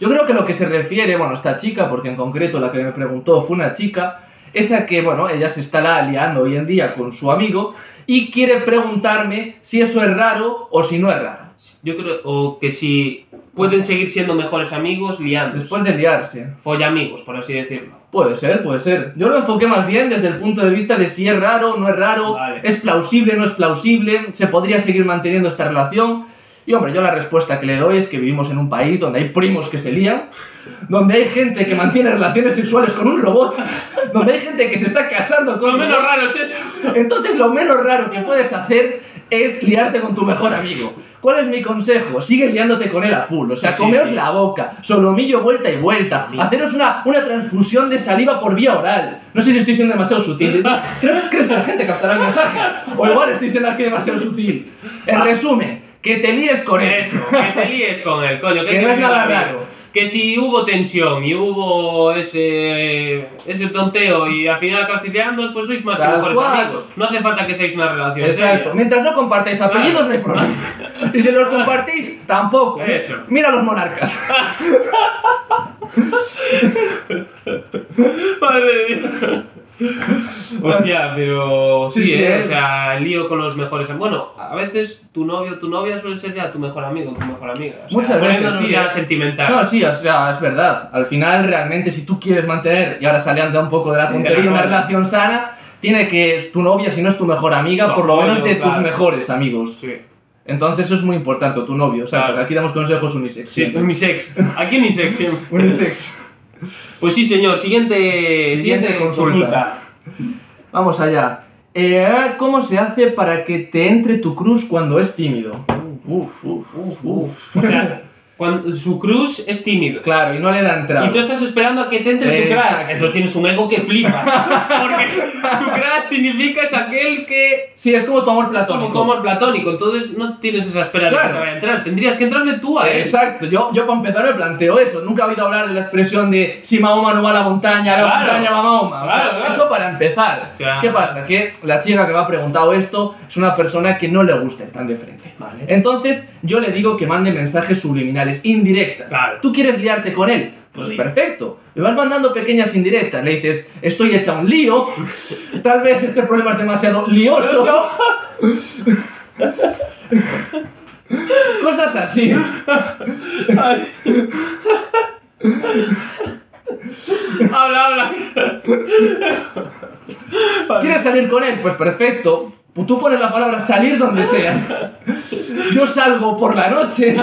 [SPEAKER 1] Yo creo que lo que se refiere, bueno, esta chica, porque en concreto la que me preguntó fue una chica, esa que, bueno, ella se está la- liando hoy en día con su amigo y quiere preguntarme si eso es raro o si no es raro.
[SPEAKER 3] Yo creo o que si pueden seguir siendo mejores amigos liando.
[SPEAKER 1] Después de liarse.
[SPEAKER 3] follamigos, por así decirlo.
[SPEAKER 1] Puede ser, puede ser. Yo lo enfoqué más bien desde el punto de vista de si es raro, no es raro,
[SPEAKER 3] Vale.
[SPEAKER 1] es plausible, no es plausible, se podría seguir manteniendo esta relación. Y hombre, yo la respuesta que le doy es que vivimos en un país donde hay primos que se lían, donde hay gente que mantiene relaciones sexuales con un robot, donde hay gente que se está casando con
[SPEAKER 3] Lo
[SPEAKER 1] un
[SPEAKER 3] menos
[SPEAKER 1] robot.
[SPEAKER 3] raro es eso.
[SPEAKER 1] Entonces lo menos raro que puedes hacer es liarte con tu mejor amigo. ¿Cuál es mi consejo? Sigue liándote con él a full. O sea,
[SPEAKER 3] Sí,
[SPEAKER 1] comeos
[SPEAKER 3] sí.
[SPEAKER 1] la boca, solomillo vuelta y vuelta.
[SPEAKER 3] Sí.
[SPEAKER 1] Haceros una, una transfusión de saliva por vía oral. No sé si estoy siendo demasiado sutil. ¿Crees crees que la gente captará el mensaje? O igual estoy siendo aquí demasiado sutil. En
[SPEAKER 3] Ah.
[SPEAKER 1] resumen, que te líes con él.
[SPEAKER 3] Eso, que te líes con el coño, que,
[SPEAKER 1] Que no
[SPEAKER 3] tienes
[SPEAKER 1] es nada
[SPEAKER 3] un amigo.
[SPEAKER 1] raro.
[SPEAKER 3] Que si hubo tensión y hubo ese ese tonteo y al final acabaste liando, pues sois más que
[SPEAKER 1] Tal
[SPEAKER 3] mejores
[SPEAKER 1] cual.
[SPEAKER 3] amigos. No hace falta que seáis una relación
[SPEAKER 1] Exacto.
[SPEAKER 3] seria.
[SPEAKER 1] Mientras no compartáis
[SPEAKER 3] Claro.
[SPEAKER 1] apellidos, no hay problema. Y si los compartís, tampoco.
[SPEAKER 3] Eso.
[SPEAKER 1] Mira a los monarcas.
[SPEAKER 3] Madre mía. Hostia, pero sí,
[SPEAKER 1] Sí, sí,
[SPEAKER 3] ¿eh?
[SPEAKER 1] eh.
[SPEAKER 3] o sea, el lío con los mejores am- Bueno, a veces tu novio o tu novia suele ser ya tu mejor amigo, tu mejor amiga. O sea,
[SPEAKER 1] Muchas veces,
[SPEAKER 3] poniéndonos
[SPEAKER 1] sí,
[SPEAKER 3] ya
[SPEAKER 1] eh.
[SPEAKER 3] sentimental.
[SPEAKER 1] No, sí, o sea, es verdad. Al final, realmente, si tú quieres mantener, y ahora saliendo un poco de la
[SPEAKER 3] Sí, de la
[SPEAKER 1] tontería, una
[SPEAKER 3] cola.
[SPEAKER 1] relación sana, tiene que tu novia, si no es tu mejor amiga,
[SPEAKER 3] Tu
[SPEAKER 1] por lo
[SPEAKER 3] apoyo,
[SPEAKER 1] menos de
[SPEAKER 3] claro.
[SPEAKER 1] tus mejores amigos.
[SPEAKER 3] Sí.
[SPEAKER 1] Entonces, eso es muy importante, tu novio. O sea,
[SPEAKER 3] Claro.
[SPEAKER 1] aquí damos consejos unisex.
[SPEAKER 3] Sí,
[SPEAKER 1] siempre.
[SPEAKER 3] unisex. Aquí unisex siempre.
[SPEAKER 1] Unisex.
[SPEAKER 3] Pues sí, señor. Siguiente, siguiente, consulta.
[SPEAKER 1] consulta. Vamos allá. Eh, ¿Cómo se hace para que te entre tu cruz cuando es tímido? Uf, uf, uf, uf.
[SPEAKER 3] O sea, cuando, su cruz es tímido.
[SPEAKER 1] Claro, y no le da entrada.
[SPEAKER 3] Y tú estás esperando a que te entre tu
[SPEAKER 1] Exacto.
[SPEAKER 3] crush. Entonces tienes un ego que flipa. Porque tu crush significa es aquel que
[SPEAKER 1] Sí, es como tu amor
[SPEAKER 3] es como
[SPEAKER 1] platónico.
[SPEAKER 3] como el platónico. Entonces no tienes esa espera de
[SPEAKER 1] Claro.
[SPEAKER 3] que te vaya a entrar. Tendrías que entrarle tú a él.
[SPEAKER 1] Exacto, yo, yo para empezar me planteo eso. Nunca he oído hablar de la expresión de si Mahoma no va a la montaña, la
[SPEAKER 3] Claro.
[SPEAKER 1] montaña va a Mahoma. O sea,
[SPEAKER 3] Claro, claro.
[SPEAKER 1] Eso para empezar.
[SPEAKER 3] Claro.
[SPEAKER 1] ¿Qué pasa? Que la chica que me ha preguntado esto es una persona que no le gusta ir tan de frente.
[SPEAKER 3] Vale.
[SPEAKER 1] Entonces yo le digo que mande mensajes subliminales, indirectas.
[SPEAKER 3] Claro.
[SPEAKER 1] ¿Tú quieres liarte con él? Pues
[SPEAKER 3] Sí.
[SPEAKER 1] perfecto. Le vas mandando pequeñas indirectas. Le dices, estoy hecha un lío. Tal vez este problema es demasiado lioso. Cosas así.
[SPEAKER 3] Ay. habla, habla. Vale.
[SPEAKER 1] ¿Quieres salir con él? Pues perfecto. Tú pones la palabra salir donde sea. Yo salgo por la noche,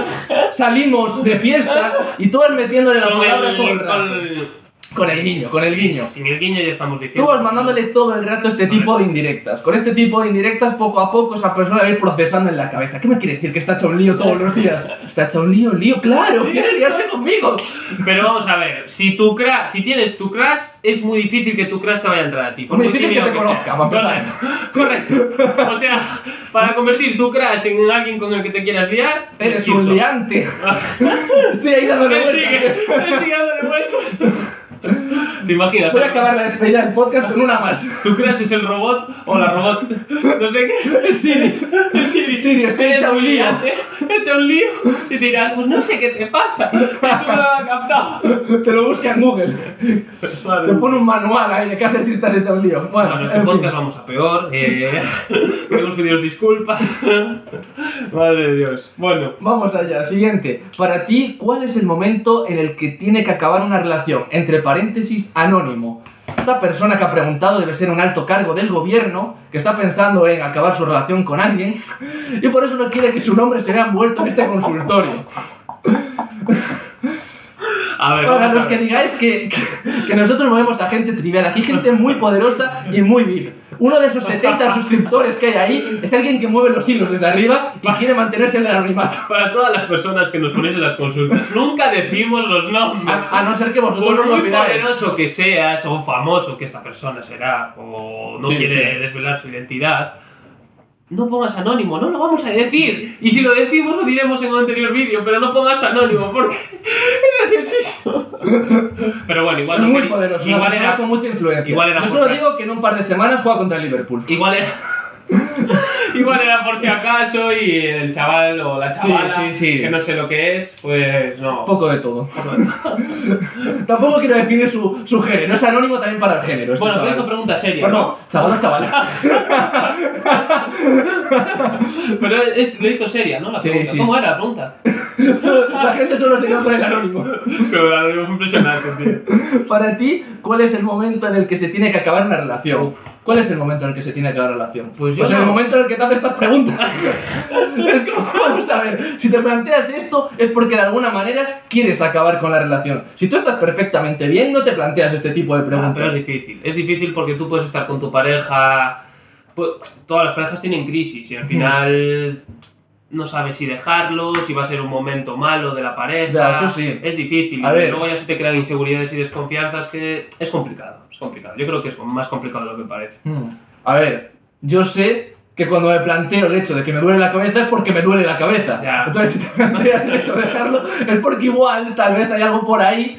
[SPEAKER 1] salimos de fiesta y tú vas metiéndole la
[SPEAKER 3] Con
[SPEAKER 1] palabra
[SPEAKER 3] el-
[SPEAKER 1] todo el rato.
[SPEAKER 3] con el-
[SPEAKER 1] Con el guiño, con el guiño.
[SPEAKER 3] Sin el guiño ya estamos
[SPEAKER 1] Tú
[SPEAKER 3] diciendo.
[SPEAKER 1] vas mandándole todo el rato este tipo de indirectas. Con este tipo de indirectas, poco a poco esa persona va a ir procesando en la cabeza. ¿Qué me quiere decir? Que está hecho un lío todos los días. Está hecho un lío, lío, claro. Quiere liarse conmigo.
[SPEAKER 3] Pero vamos a ver, si tu cra- si tienes tu crush, es muy difícil que tu crush te vaya a entrar a ti. por
[SPEAKER 1] Muy difícil
[SPEAKER 3] tímido
[SPEAKER 1] que te
[SPEAKER 3] sea.
[SPEAKER 1] conozca, para empezar.
[SPEAKER 3] Correcto. correcto. O sea, para convertir tu crush en alguien con el que te quieras liar,
[SPEAKER 1] Eres
[SPEAKER 3] cierto.
[SPEAKER 1] un liante. Estoy ahí dándole
[SPEAKER 3] Él
[SPEAKER 1] vueltas.
[SPEAKER 3] sigue, él sigue dándole vueltas. ¿Te imaginas?
[SPEAKER 1] Voy a acabar la despedida del podcast con una más.
[SPEAKER 3] ¿Tu crush es el robot o la robot? No sé qué.
[SPEAKER 1] Siri.
[SPEAKER 3] El Siri.
[SPEAKER 1] Siri, estoy
[SPEAKER 3] Eres
[SPEAKER 1] hecha un lío.
[SPEAKER 3] brillante, Hecha un lío. Y te dirás, pues no sé qué te pasa. Tú no lo has captado.
[SPEAKER 1] Te lo busca en Google. Te pone un manual ahí de qué hacer si estás hecho un lío. Bueno,
[SPEAKER 3] Bueno, en este
[SPEAKER 1] en fin.
[SPEAKER 3] podcast vamos a peor. Eh, queremos pediros disculpas. Madre de Dios. Bueno,
[SPEAKER 1] Vamos allá, siguiente. Para ti, ¿cuál es el momento en el que tiene que acabar una relación? Entre paréntesis, anónimo. Esta persona que ha preguntado debe ser un alto cargo del gobierno que está pensando en acabar su relación con alguien y por eso no quiere que su nombre se vea envuelto en este consultorio.
[SPEAKER 3] a ver,
[SPEAKER 1] Para
[SPEAKER 3] vamos
[SPEAKER 1] los
[SPEAKER 3] a
[SPEAKER 1] que
[SPEAKER 3] ver.
[SPEAKER 1] digáis que, que, que nosotros movemos a gente trivial, aquí hay gente muy poderosa y muy VIP. Uno de esos 70 suscriptores que hay ahí es alguien que mueve los hilos desde arriba y quiere mantenerse en el anonimato.
[SPEAKER 3] Para todas las personas que nos ponéis en las consultas, nunca decimos los nombres.
[SPEAKER 1] A, a no ser que vosotros
[SPEAKER 3] Por
[SPEAKER 1] no lo
[SPEAKER 3] muy
[SPEAKER 1] pidáis.
[SPEAKER 3] poderoso que seas, o famoso que esta persona será, o no
[SPEAKER 1] Sí,
[SPEAKER 3] quiere
[SPEAKER 1] sí.
[SPEAKER 3] desvelar su identidad, No pongas anónimo, no lo vamos a decir. Y si lo decimos, lo diremos en un anterior vídeo, pero no pongas anónimo porque es graciosísimo. Pero bueno, igual no
[SPEAKER 1] muy
[SPEAKER 3] quería-
[SPEAKER 1] poderoso, una
[SPEAKER 3] Igual
[SPEAKER 1] persona
[SPEAKER 3] era,
[SPEAKER 1] con mucha influencia.
[SPEAKER 3] igual era
[SPEAKER 1] Yo solo
[SPEAKER 3] contra-
[SPEAKER 1] digo que en un par de semanas juega contra el Liverpool.
[SPEAKER 3] igual era. Igual era por si acaso y el chaval o la chavala,
[SPEAKER 1] sí, sí.
[SPEAKER 3] que no sé lo que es, pues no.
[SPEAKER 1] Poco de todo. Tampoco quiero definir su, su género, es anónimo también para el género. este
[SPEAKER 3] Bueno, pero
[SPEAKER 1] chaval.
[SPEAKER 3] es una pregunta seria.
[SPEAKER 1] Bueno, no, chaval o chavala.
[SPEAKER 3] Pero es, lo hizo seria, ¿no? La
[SPEAKER 1] Sí,
[SPEAKER 3] pregunta.
[SPEAKER 1] sí.
[SPEAKER 3] ¿Cómo era la pregunta?
[SPEAKER 1] La gente solo se queda por el anónimo.
[SPEAKER 3] Pero es impresionante, tío.
[SPEAKER 1] Para ti, ¿cuál es el momento en el que se tiene que acabar una relación? ¿Cuál es el momento en el que se tiene que acabar una relación?
[SPEAKER 3] Pues yo
[SPEAKER 1] en
[SPEAKER 3] no.
[SPEAKER 1] el momento en el que te haces estas preguntas. es como, vamos a ver, si te planteas esto es porque de alguna manera quieres acabar con la relación. Si tú estás perfectamente bien, no te planteas este tipo de
[SPEAKER 3] Ah,
[SPEAKER 1] preguntas.
[SPEAKER 3] pero es difícil. Es difícil porque tú puedes estar con tu pareja. pues, todas las parejas tienen crisis y al final no sabes si dejarlo, si va a ser un momento malo de la pareja.
[SPEAKER 1] Ya, eso sí.
[SPEAKER 3] Es difícil.
[SPEAKER 1] A
[SPEAKER 3] y
[SPEAKER 1] ver.
[SPEAKER 3] luego ya se te crean inseguridades y desconfianzas que es complicado. Es complicado. Yo creo que es más complicado de lo que parece.
[SPEAKER 1] Mm. A ver, yo sé que cuando me planteo el hecho de que me duele la cabeza es porque me duele la cabeza.
[SPEAKER 3] Ya.
[SPEAKER 1] Entonces, si te planteas el hecho de dejarlo, es porque igual tal vez hay algo por ahí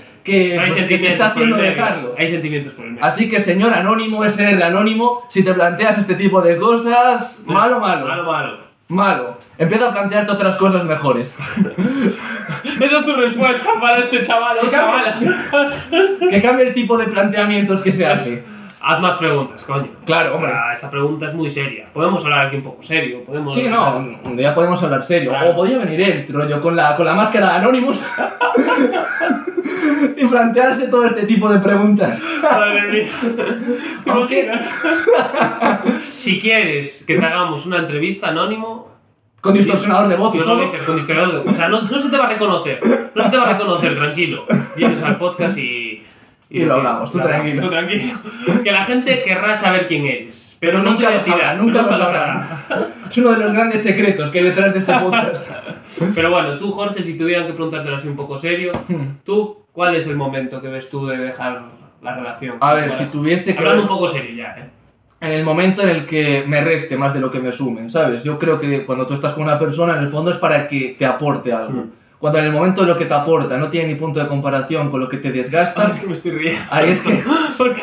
[SPEAKER 3] hay
[SPEAKER 1] que, pues, que te
[SPEAKER 3] sentimientos
[SPEAKER 1] está
[SPEAKER 3] por el
[SPEAKER 1] haciendo
[SPEAKER 3] medio.
[SPEAKER 1] dejarlo.
[SPEAKER 3] Hay sentimientos por el medio.
[SPEAKER 1] Así que, señor anónimo, ese el anónimo, si te planteas este tipo de cosas, malo,
[SPEAKER 3] Malo,
[SPEAKER 1] malo,
[SPEAKER 3] malo.
[SPEAKER 1] malo. Empieza a plantearte otras cosas mejores.
[SPEAKER 3] Esa es tu respuesta para este chaval o
[SPEAKER 1] ¿Qué
[SPEAKER 3] chavala.
[SPEAKER 1] que cambie el tipo de planteamientos que se hace.
[SPEAKER 3] Haz más preguntas, coño.
[SPEAKER 1] Claro,
[SPEAKER 3] O sea,
[SPEAKER 1] hombre.
[SPEAKER 3] esta pregunta es muy seria. Podemos hablar aquí un poco serio. Podemos
[SPEAKER 1] Sí, no, un un día podemos hablar serio.
[SPEAKER 3] Claro.
[SPEAKER 1] O podría venir él, rollo, con la, con la máscara de Anonymous y plantearse todo este tipo de preguntas.
[SPEAKER 3] Madre mía. ¿Te
[SPEAKER 1] Aunque-
[SPEAKER 3] imaginas? si quieres que te hagamos una entrevista anónimo,
[SPEAKER 1] Con distorsionador de voz y
[SPEAKER 3] yo lo
[SPEAKER 1] todo.
[SPEAKER 3] dices con historiador. O sea, no, no se te va a reconocer. No se te va a reconocer, tranquilo. Vienes al podcast y.
[SPEAKER 1] Y lo hablamos, tú
[SPEAKER 3] lo hablamos,
[SPEAKER 1] tranquilo.
[SPEAKER 3] tú tranquilo. Que la gente querrá saber quién eres. Pero, no
[SPEAKER 1] nunca
[SPEAKER 3] te
[SPEAKER 1] lo
[SPEAKER 3] decirá,
[SPEAKER 1] sabrán,
[SPEAKER 3] pero
[SPEAKER 1] nunca lo
[SPEAKER 3] sabrá.
[SPEAKER 1] sabrán. Es uno de los grandes secretos que hay detrás de este podcast.
[SPEAKER 3] Pero bueno, tú, Jorge, si tuvieran que preguntártelo así un poco serio, ¿tú cuál es el momento que ves tú de dejar la relación?
[SPEAKER 1] A ver,
[SPEAKER 3] Bueno,
[SPEAKER 1] si tuviese que...
[SPEAKER 3] Hablando un poco serio ya, ¿eh?
[SPEAKER 1] en el momento en el que me reste más de lo que me sumen, ¿sabes? Yo creo que cuando tú estás con una persona, en el fondo es para que te aporte algo.
[SPEAKER 3] Mm.
[SPEAKER 1] Cuando en el momento de lo que te aporta no tiene ni punto de comparación con lo que te
[SPEAKER 3] Ahora
[SPEAKER 1] desgasta,
[SPEAKER 3] Ah, es que me estoy riendo.
[SPEAKER 1] ahí es que
[SPEAKER 3] Porque...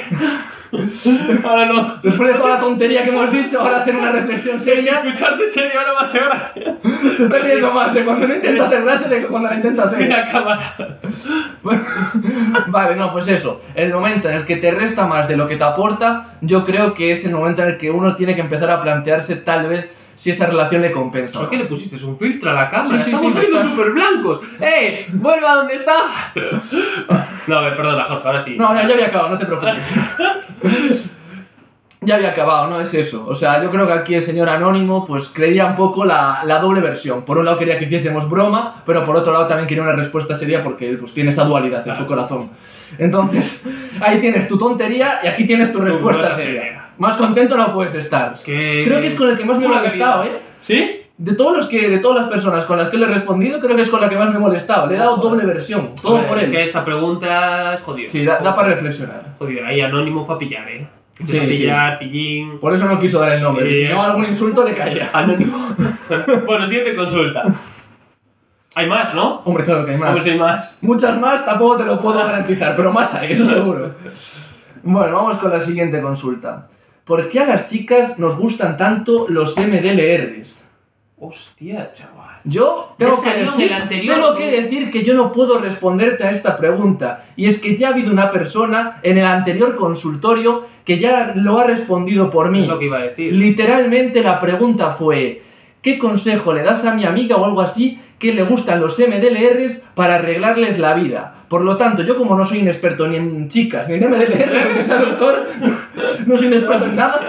[SPEAKER 3] Ahora no.
[SPEAKER 1] después de toda la tontería que hemos dicho, ahora hacer una reflexión
[SPEAKER 3] Es que
[SPEAKER 1] seria,
[SPEAKER 3] escucharte serio ahora me hace gracia.
[SPEAKER 1] te está riendo más de cuando no intento hacer gracia de que cuando la intento hacer.
[SPEAKER 3] Mira cámara.
[SPEAKER 1] Vale, no, pues eso. El momento en el que te resta más de lo que te aporta, yo creo que es el momento en el que uno tiene que empezar a plantearse tal vez si esta relación le compensa. o
[SPEAKER 3] ¿Por
[SPEAKER 1] no.
[SPEAKER 3] qué le pusiste un filtro a la cámara?
[SPEAKER 1] Sí, sí,
[SPEAKER 3] Estamos
[SPEAKER 1] sí,
[SPEAKER 3] siendo
[SPEAKER 1] está-
[SPEAKER 3] súper blancos. ¡Eh! ¡Vuelve a donde estabas! No, a ver, perdona, Jorge, ahora sí.
[SPEAKER 1] No, ya, ya había acabado, no te preocupes. ya había acabado, no es eso. O sea, yo creo que aquí el señor Anónimo pues creía un poco la, la doble versión. Por un lado quería que hiciésemos broma, pero por otro lado también quería una respuesta seria porque él, pues, tiene esa dualidad en su corazón. Entonces, ahí tienes tu tontería y aquí tienes tu respuesta
[SPEAKER 3] respuesta
[SPEAKER 1] seria.
[SPEAKER 3] seria.
[SPEAKER 1] Más contento no puedes estar.
[SPEAKER 3] Es que...
[SPEAKER 1] Creo que es con el que más me he
[SPEAKER 3] Pura
[SPEAKER 1] molestado,
[SPEAKER 3] calidad.
[SPEAKER 1] ¿eh?
[SPEAKER 3] ¿Sí?
[SPEAKER 1] De, todos los que, de todas las personas con las que le he respondido, creo que es con la que más me he molestado. Le he dado doble versión, todo
[SPEAKER 3] Hombre,
[SPEAKER 1] por
[SPEAKER 3] Es que
[SPEAKER 1] él.
[SPEAKER 3] esta pregunta es jodida.
[SPEAKER 1] Sí, da- da para reflexionar.
[SPEAKER 3] Jodido, ahí Anónimo fue a pillar, ¿eh? Fue
[SPEAKER 1] Sí,
[SPEAKER 3] a pillar, pillín...
[SPEAKER 1] Por eso no quiso dar el nombre,
[SPEAKER 3] Sí,
[SPEAKER 1] si no
[SPEAKER 3] es-
[SPEAKER 1] algún insulto le caía.
[SPEAKER 3] Anónimo. bueno, siguiente consulta. Hay más, ¿no?
[SPEAKER 1] Hombre, claro que hay más.
[SPEAKER 3] Pues hay más.
[SPEAKER 1] Muchas más tampoco te lo puedo garantizar, pero más hay, eso seguro. Bueno, vamos con la siguiente consulta. ¿Por qué a las chicas nos gustan tanto los MDLRs?
[SPEAKER 3] Hostia, chaval.
[SPEAKER 1] Yo tengo, que
[SPEAKER 3] salió en
[SPEAKER 1] decir,
[SPEAKER 3] el anterior,
[SPEAKER 1] tengo
[SPEAKER 3] ¿no?
[SPEAKER 1] que decir que yo no puedo responderte a esta pregunta. Y es que ya ha habido una persona en el anterior consultorio que ya lo ha respondido por mí.
[SPEAKER 3] Es lo que iba a decir.
[SPEAKER 1] Literalmente la pregunta fue, ¿qué consejo le das a mi amiga o algo así que le gustan los MDLRs para arreglarles la vida? Por lo tanto, yo como no soy un experto ni en chicas, ni en MDLRs, aunque sea doctor, no soy un experto en nada,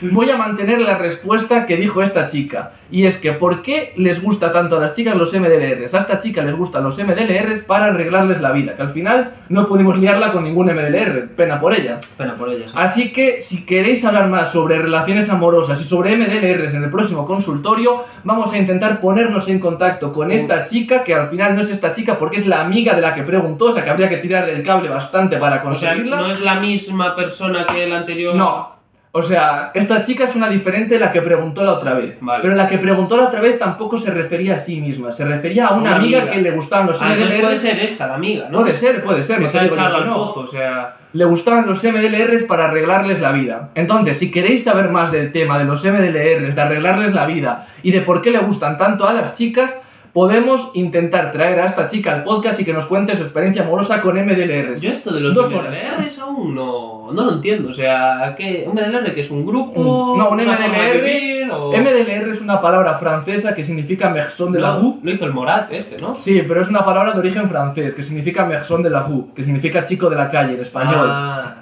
[SPEAKER 1] voy a mantener la respuesta que dijo esta chica. Y es que, ¿por qué les gusta tanto a las chicas los MDLRs? A esta chica les gustan los MDLRs para arreglarles la vida, que al final no pudimos liarla con ningún MDLR, pena por ella.
[SPEAKER 3] Pena por ellas. ¿eh?
[SPEAKER 1] Así que si queréis hablar más sobre relaciones amorosas y sobre MDLRs en el próximo consultorio, vamos a intentar ponernos en contacto con esta chica, que al final no es esta chica porque es la amiga de la que preguntó, o sea que habría que tirarle el cable bastante para
[SPEAKER 3] O sea,
[SPEAKER 1] conseguirla.
[SPEAKER 3] no es la misma persona que el anterior. Ah,
[SPEAKER 1] no. O sea, esta chica es una diferente de la que preguntó la otra vez.
[SPEAKER 3] Vale.
[SPEAKER 1] Pero la que preguntó la otra vez tampoco se refería a sí misma, se refería a una,
[SPEAKER 3] Una
[SPEAKER 1] amiga,
[SPEAKER 3] amiga.
[SPEAKER 1] que le gustaban los
[SPEAKER 3] Ah, entonces puede
[SPEAKER 1] MDLRs.
[SPEAKER 3] ser esta, la amiga, ¿no?
[SPEAKER 1] Puede ser, puede ser.
[SPEAKER 3] Que
[SPEAKER 1] no
[SPEAKER 3] se
[SPEAKER 1] te
[SPEAKER 3] ha
[SPEAKER 1] digo yo
[SPEAKER 3] echado
[SPEAKER 1] que
[SPEAKER 3] al
[SPEAKER 1] no.
[SPEAKER 3] pozo, o sea...
[SPEAKER 1] Le gustaban los MDLRs para arreglarles la vida. Entonces, si queréis saber más del tema de los MDLRs, de arreglarles la vida y de por qué le gustan tanto a las chicas, podemos intentar traer a esta chica al podcast y que nos cuente su experiencia amorosa con MDLRs.
[SPEAKER 3] Yo esto de los
[SPEAKER 1] Dos
[SPEAKER 3] MDLRs aún no, no lo entiendo. O sea, ¿qué? ¿Un MDLR que es un grupo?
[SPEAKER 1] Un- Mm, no, un
[SPEAKER 3] una forma de
[SPEAKER 1] MDLR,
[SPEAKER 3] vivir, o-
[SPEAKER 1] MDLR es una palabra francesa que significa Merson de la
[SPEAKER 3] lo,
[SPEAKER 1] Rue.
[SPEAKER 3] lo hizo el Morat este, ¿no?
[SPEAKER 1] Sí, pero es una palabra de origen francés que significa Merson de la Rue, que significa chico de la calle en español.
[SPEAKER 3] Ah,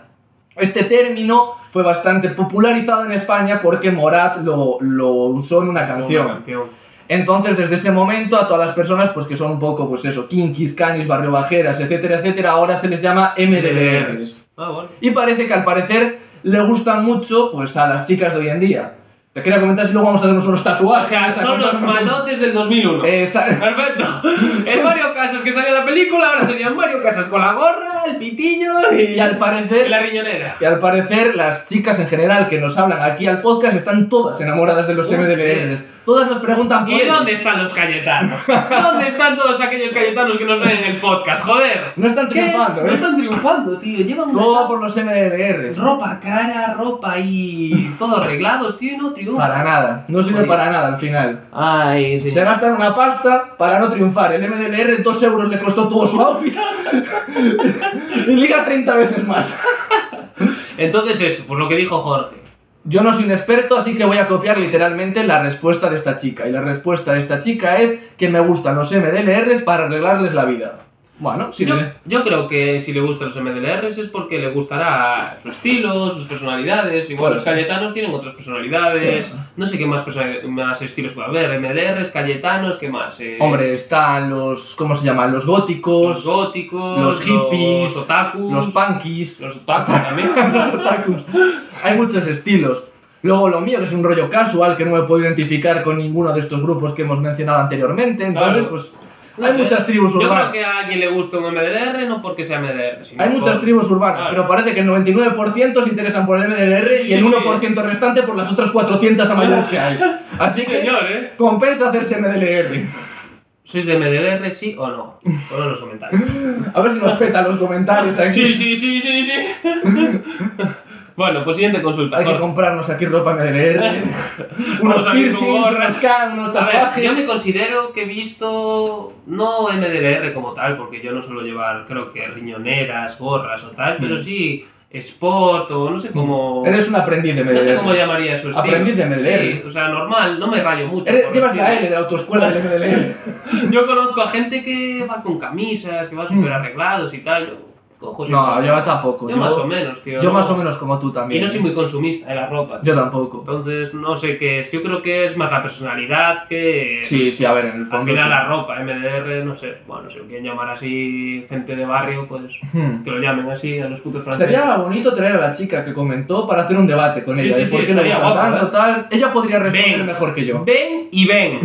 [SPEAKER 1] Este término fue bastante popularizado en España porque Morat lo, lo usó en una
[SPEAKER 3] es una
[SPEAKER 1] canción.
[SPEAKER 3] canción.
[SPEAKER 1] Entonces, desde ese momento, a todas las personas pues que son un poco, pues eso, kinkis, canis, barrio bajeras, etcétera, etcétera, ahora se les llama MDLRs.
[SPEAKER 3] Ah, bueno.
[SPEAKER 1] Y parece que al parecer le gustan mucho pues a las chicas de hoy en día. Te quería comentar si luego vamos a hacernos unos
[SPEAKER 3] O
[SPEAKER 1] tatuajes.
[SPEAKER 3] sea,
[SPEAKER 1] a
[SPEAKER 3] son los
[SPEAKER 1] contarnos un-
[SPEAKER 3] malotes del 2001.
[SPEAKER 1] Eh, sa-
[SPEAKER 3] Perfecto. El Mario Casas que salió en la película, ahora serían Mario Casas con la gorra, el pitillo y,
[SPEAKER 1] y al
[SPEAKER 3] y
[SPEAKER 1] parecer.
[SPEAKER 3] la riñonera.
[SPEAKER 1] Y al parecer, las chicas en general que nos hablan aquí al podcast están todas enamoradas de los
[SPEAKER 3] Uy,
[SPEAKER 1] MDLRs. Todas nos preguntan por
[SPEAKER 3] ¿Y
[SPEAKER 1] ellos.
[SPEAKER 3] dónde están los Cayetanos? ¿Dónde están todos aquellos Cayetanos que nos ven en el podcast? Joder.
[SPEAKER 1] No están
[SPEAKER 3] ¿Qué?
[SPEAKER 1] triunfando,
[SPEAKER 3] No
[SPEAKER 1] ¿eh?
[SPEAKER 3] están triunfando, tío. Llevan una
[SPEAKER 1] Todo por los MDLRs.
[SPEAKER 3] ropa cara, ropa y todo arreglados, tío, y no triunfan.
[SPEAKER 1] Para nada. No sirve
[SPEAKER 3] Oye.
[SPEAKER 1] para nada al final.
[SPEAKER 3] Ay, sí.
[SPEAKER 1] Se gastan una pasta para no triunfar. El MDLR 2 euros le costó todo su outfit. y liga 30 veces más.
[SPEAKER 3] Entonces eso, por lo que dijo Jorge.
[SPEAKER 1] Yo no soy un experto, así que voy a copiar literalmente la respuesta de esta chica. Y la respuesta de esta chica es que me gustan los MDLRs para arreglarles la vida. Bueno, sí. ¿eh?
[SPEAKER 3] yo, yo creo que si le gustan los MDLRs es porque le gustará su estilo, sus personalidades. Igual
[SPEAKER 1] Puede
[SPEAKER 3] los
[SPEAKER 1] ser.
[SPEAKER 3] Cayetanos tienen otras personalidades.
[SPEAKER 1] Sí.
[SPEAKER 3] No sé qué más, personali- más estilos puede haber. MDLRs, Cayetanos, ¿qué más? Eh,
[SPEAKER 1] Hombre, están los. ¿Cómo se llaman? Los
[SPEAKER 3] los
[SPEAKER 1] góticos. Los,
[SPEAKER 3] góticos,
[SPEAKER 1] los hippies,
[SPEAKER 3] los otakus,
[SPEAKER 1] punkis.
[SPEAKER 3] los otakus también.
[SPEAKER 1] los otakus. Hay muchos estilos. Luego lo mío, que es un rollo casual, que no me puedo identificar con ninguno de estos grupos que hemos mencionado anteriormente. Entonces,
[SPEAKER 3] Claro.
[SPEAKER 1] pues.
[SPEAKER 3] No
[SPEAKER 1] Hay
[SPEAKER 3] sé.
[SPEAKER 1] muchas tribus
[SPEAKER 3] Yo creo
[SPEAKER 1] urbanas.
[SPEAKER 3] que a alguien le gusta un MDLR no porque sea MDLR. sino
[SPEAKER 1] Hay muchas
[SPEAKER 3] por-
[SPEAKER 1] tribus urbanas,
[SPEAKER 3] Claro.
[SPEAKER 1] pero parece que el 99% se interesan por el MDLR
[SPEAKER 3] Sí,
[SPEAKER 1] y el
[SPEAKER 3] sí,
[SPEAKER 1] 1% restante por las otras 400 amarillas que hay. Así
[SPEAKER 3] Sí,
[SPEAKER 1] que
[SPEAKER 3] señor, ¿eh?
[SPEAKER 1] compensa hacerse MDLR.
[SPEAKER 3] ¿Sois de MDLR, sí o no? Ponlo en los comentarios.
[SPEAKER 1] A ver si nos peta los comentarios aquí.
[SPEAKER 3] Sí, sí, sí, sí, sí. bueno, pues siguiente consulta.
[SPEAKER 1] Hay que
[SPEAKER 3] Jorge.
[SPEAKER 1] comprarnos aquí ropa MDLR,
[SPEAKER 3] Vamos
[SPEAKER 1] unos
[SPEAKER 3] a abrir tu
[SPEAKER 1] piercings,
[SPEAKER 3] gorra.
[SPEAKER 1] unas cam, unos
[SPEAKER 3] A ver, yo
[SPEAKER 1] tatuajes.
[SPEAKER 3] me considero que he visto no MDLR como tal, porque yo no suelo llevar, creo que riñoneras, gorras o tal, pero
[SPEAKER 1] Mm.
[SPEAKER 3] sí sport o no sé cómo.
[SPEAKER 1] Eres un aprendiz de MDLR.
[SPEAKER 3] No sé cómo llamaría su estilo.
[SPEAKER 1] Aprendiz de MDLR.
[SPEAKER 3] Sí, o sea, normal, no me rayo mucho.
[SPEAKER 1] Eres-
[SPEAKER 3] por
[SPEAKER 1] llevas
[SPEAKER 3] decirlo.
[SPEAKER 1] la L de la autoescuela del MDLR.
[SPEAKER 3] Yo conozco a gente que va con camisas, que va súper arreglados y tal. Yo cojo
[SPEAKER 1] Mm. No,
[SPEAKER 3] siempre-
[SPEAKER 1] yo tampoco.
[SPEAKER 3] Yo más o menos, tío.
[SPEAKER 1] yo
[SPEAKER 3] ¿no?
[SPEAKER 1] más o menos como tú
[SPEAKER 3] Y
[SPEAKER 1] también. ¿eh?
[SPEAKER 3] no soy muy consumista de la ropa.
[SPEAKER 1] Yo tampoco.
[SPEAKER 3] Entonces, no sé qué es. Yo creo que es más la personalidad que.
[SPEAKER 1] Sí, sí, a ver, en el
[SPEAKER 3] Al
[SPEAKER 1] fondo.
[SPEAKER 3] final
[SPEAKER 1] sí.
[SPEAKER 3] la ropa, MDR, no sé, bueno, si lo quieren llamar así, gente de barrio, pues
[SPEAKER 1] Hmm.
[SPEAKER 3] que lo llamen así a los putos franceses.
[SPEAKER 1] Sería bonito traer a la chica que comentó para hacer un debate con
[SPEAKER 3] Sí,
[SPEAKER 1] ella.
[SPEAKER 3] sí,
[SPEAKER 1] de
[SPEAKER 3] sí,
[SPEAKER 1] por qué le
[SPEAKER 3] estaría
[SPEAKER 1] gusta
[SPEAKER 3] guapo,
[SPEAKER 1] tanto,
[SPEAKER 3] ¿eh?
[SPEAKER 1] tal. Ella podría responder
[SPEAKER 3] Ven.
[SPEAKER 1] mejor que yo.
[SPEAKER 3] Ven y ven.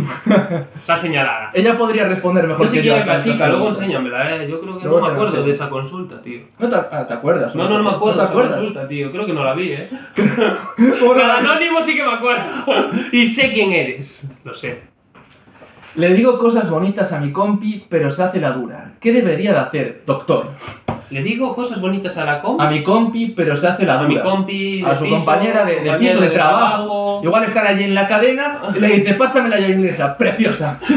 [SPEAKER 3] Está señalada.
[SPEAKER 1] Ella podría responder mejor
[SPEAKER 3] No sé
[SPEAKER 1] que yo.
[SPEAKER 3] quién
[SPEAKER 1] a
[SPEAKER 3] es la
[SPEAKER 1] todas estas
[SPEAKER 3] chica, luego
[SPEAKER 1] preguntas.
[SPEAKER 3] enséñamela, eh. Yo creo que
[SPEAKER 1] Luego
[SPEAKER 3] no
[SPEAKER 1] te
[SPEAKER 3] me
[SPEAKER 1] la
[SPEAKER 3] acuerdo
[SPEAKER 1] enseño.
[SPEAKER 3] de esa consulta, tío.
[SPEAKER 1] No te, ah, ¿te acuerdas?
[SPEAKER 3] No, no, no me acuerdo
[SPEAKER 1] ¿Te
[SPEAKER 3] de esa
[SPEAKER 1] acuerdas?
[SPEAKER 3] consulta, tío. Creo que no la vi, eh.
[SPEAKER 1] Bueno,
[SPEAKER 3] Al anónimo sí que me acuerdo. y sé quién eres. Lo sé.
[SPEAKER 1] Le digo cosas bonitas a mi compi, pero se hace la dura. ¿Qué debería de hacer, doctor?
[SPEAKER 3] Le digo cosas bonitas a la compi.
[SPEAKER 1] A mi compi, pero se hace la
[SPEAKER 3] A
[SPEAKER 1] dura.
[SPEAKER 3] mi compi, de
[SPEAKER 1] a su
[SPEAKER 3] piso,
[SPEAKER 1] compañera de, de
[SPEAKER 3] compañero
[SPEAKER 1] piso de, trabajo. Igual están allí en la cadena y le dice, pásame la llave inglesa, preciosa.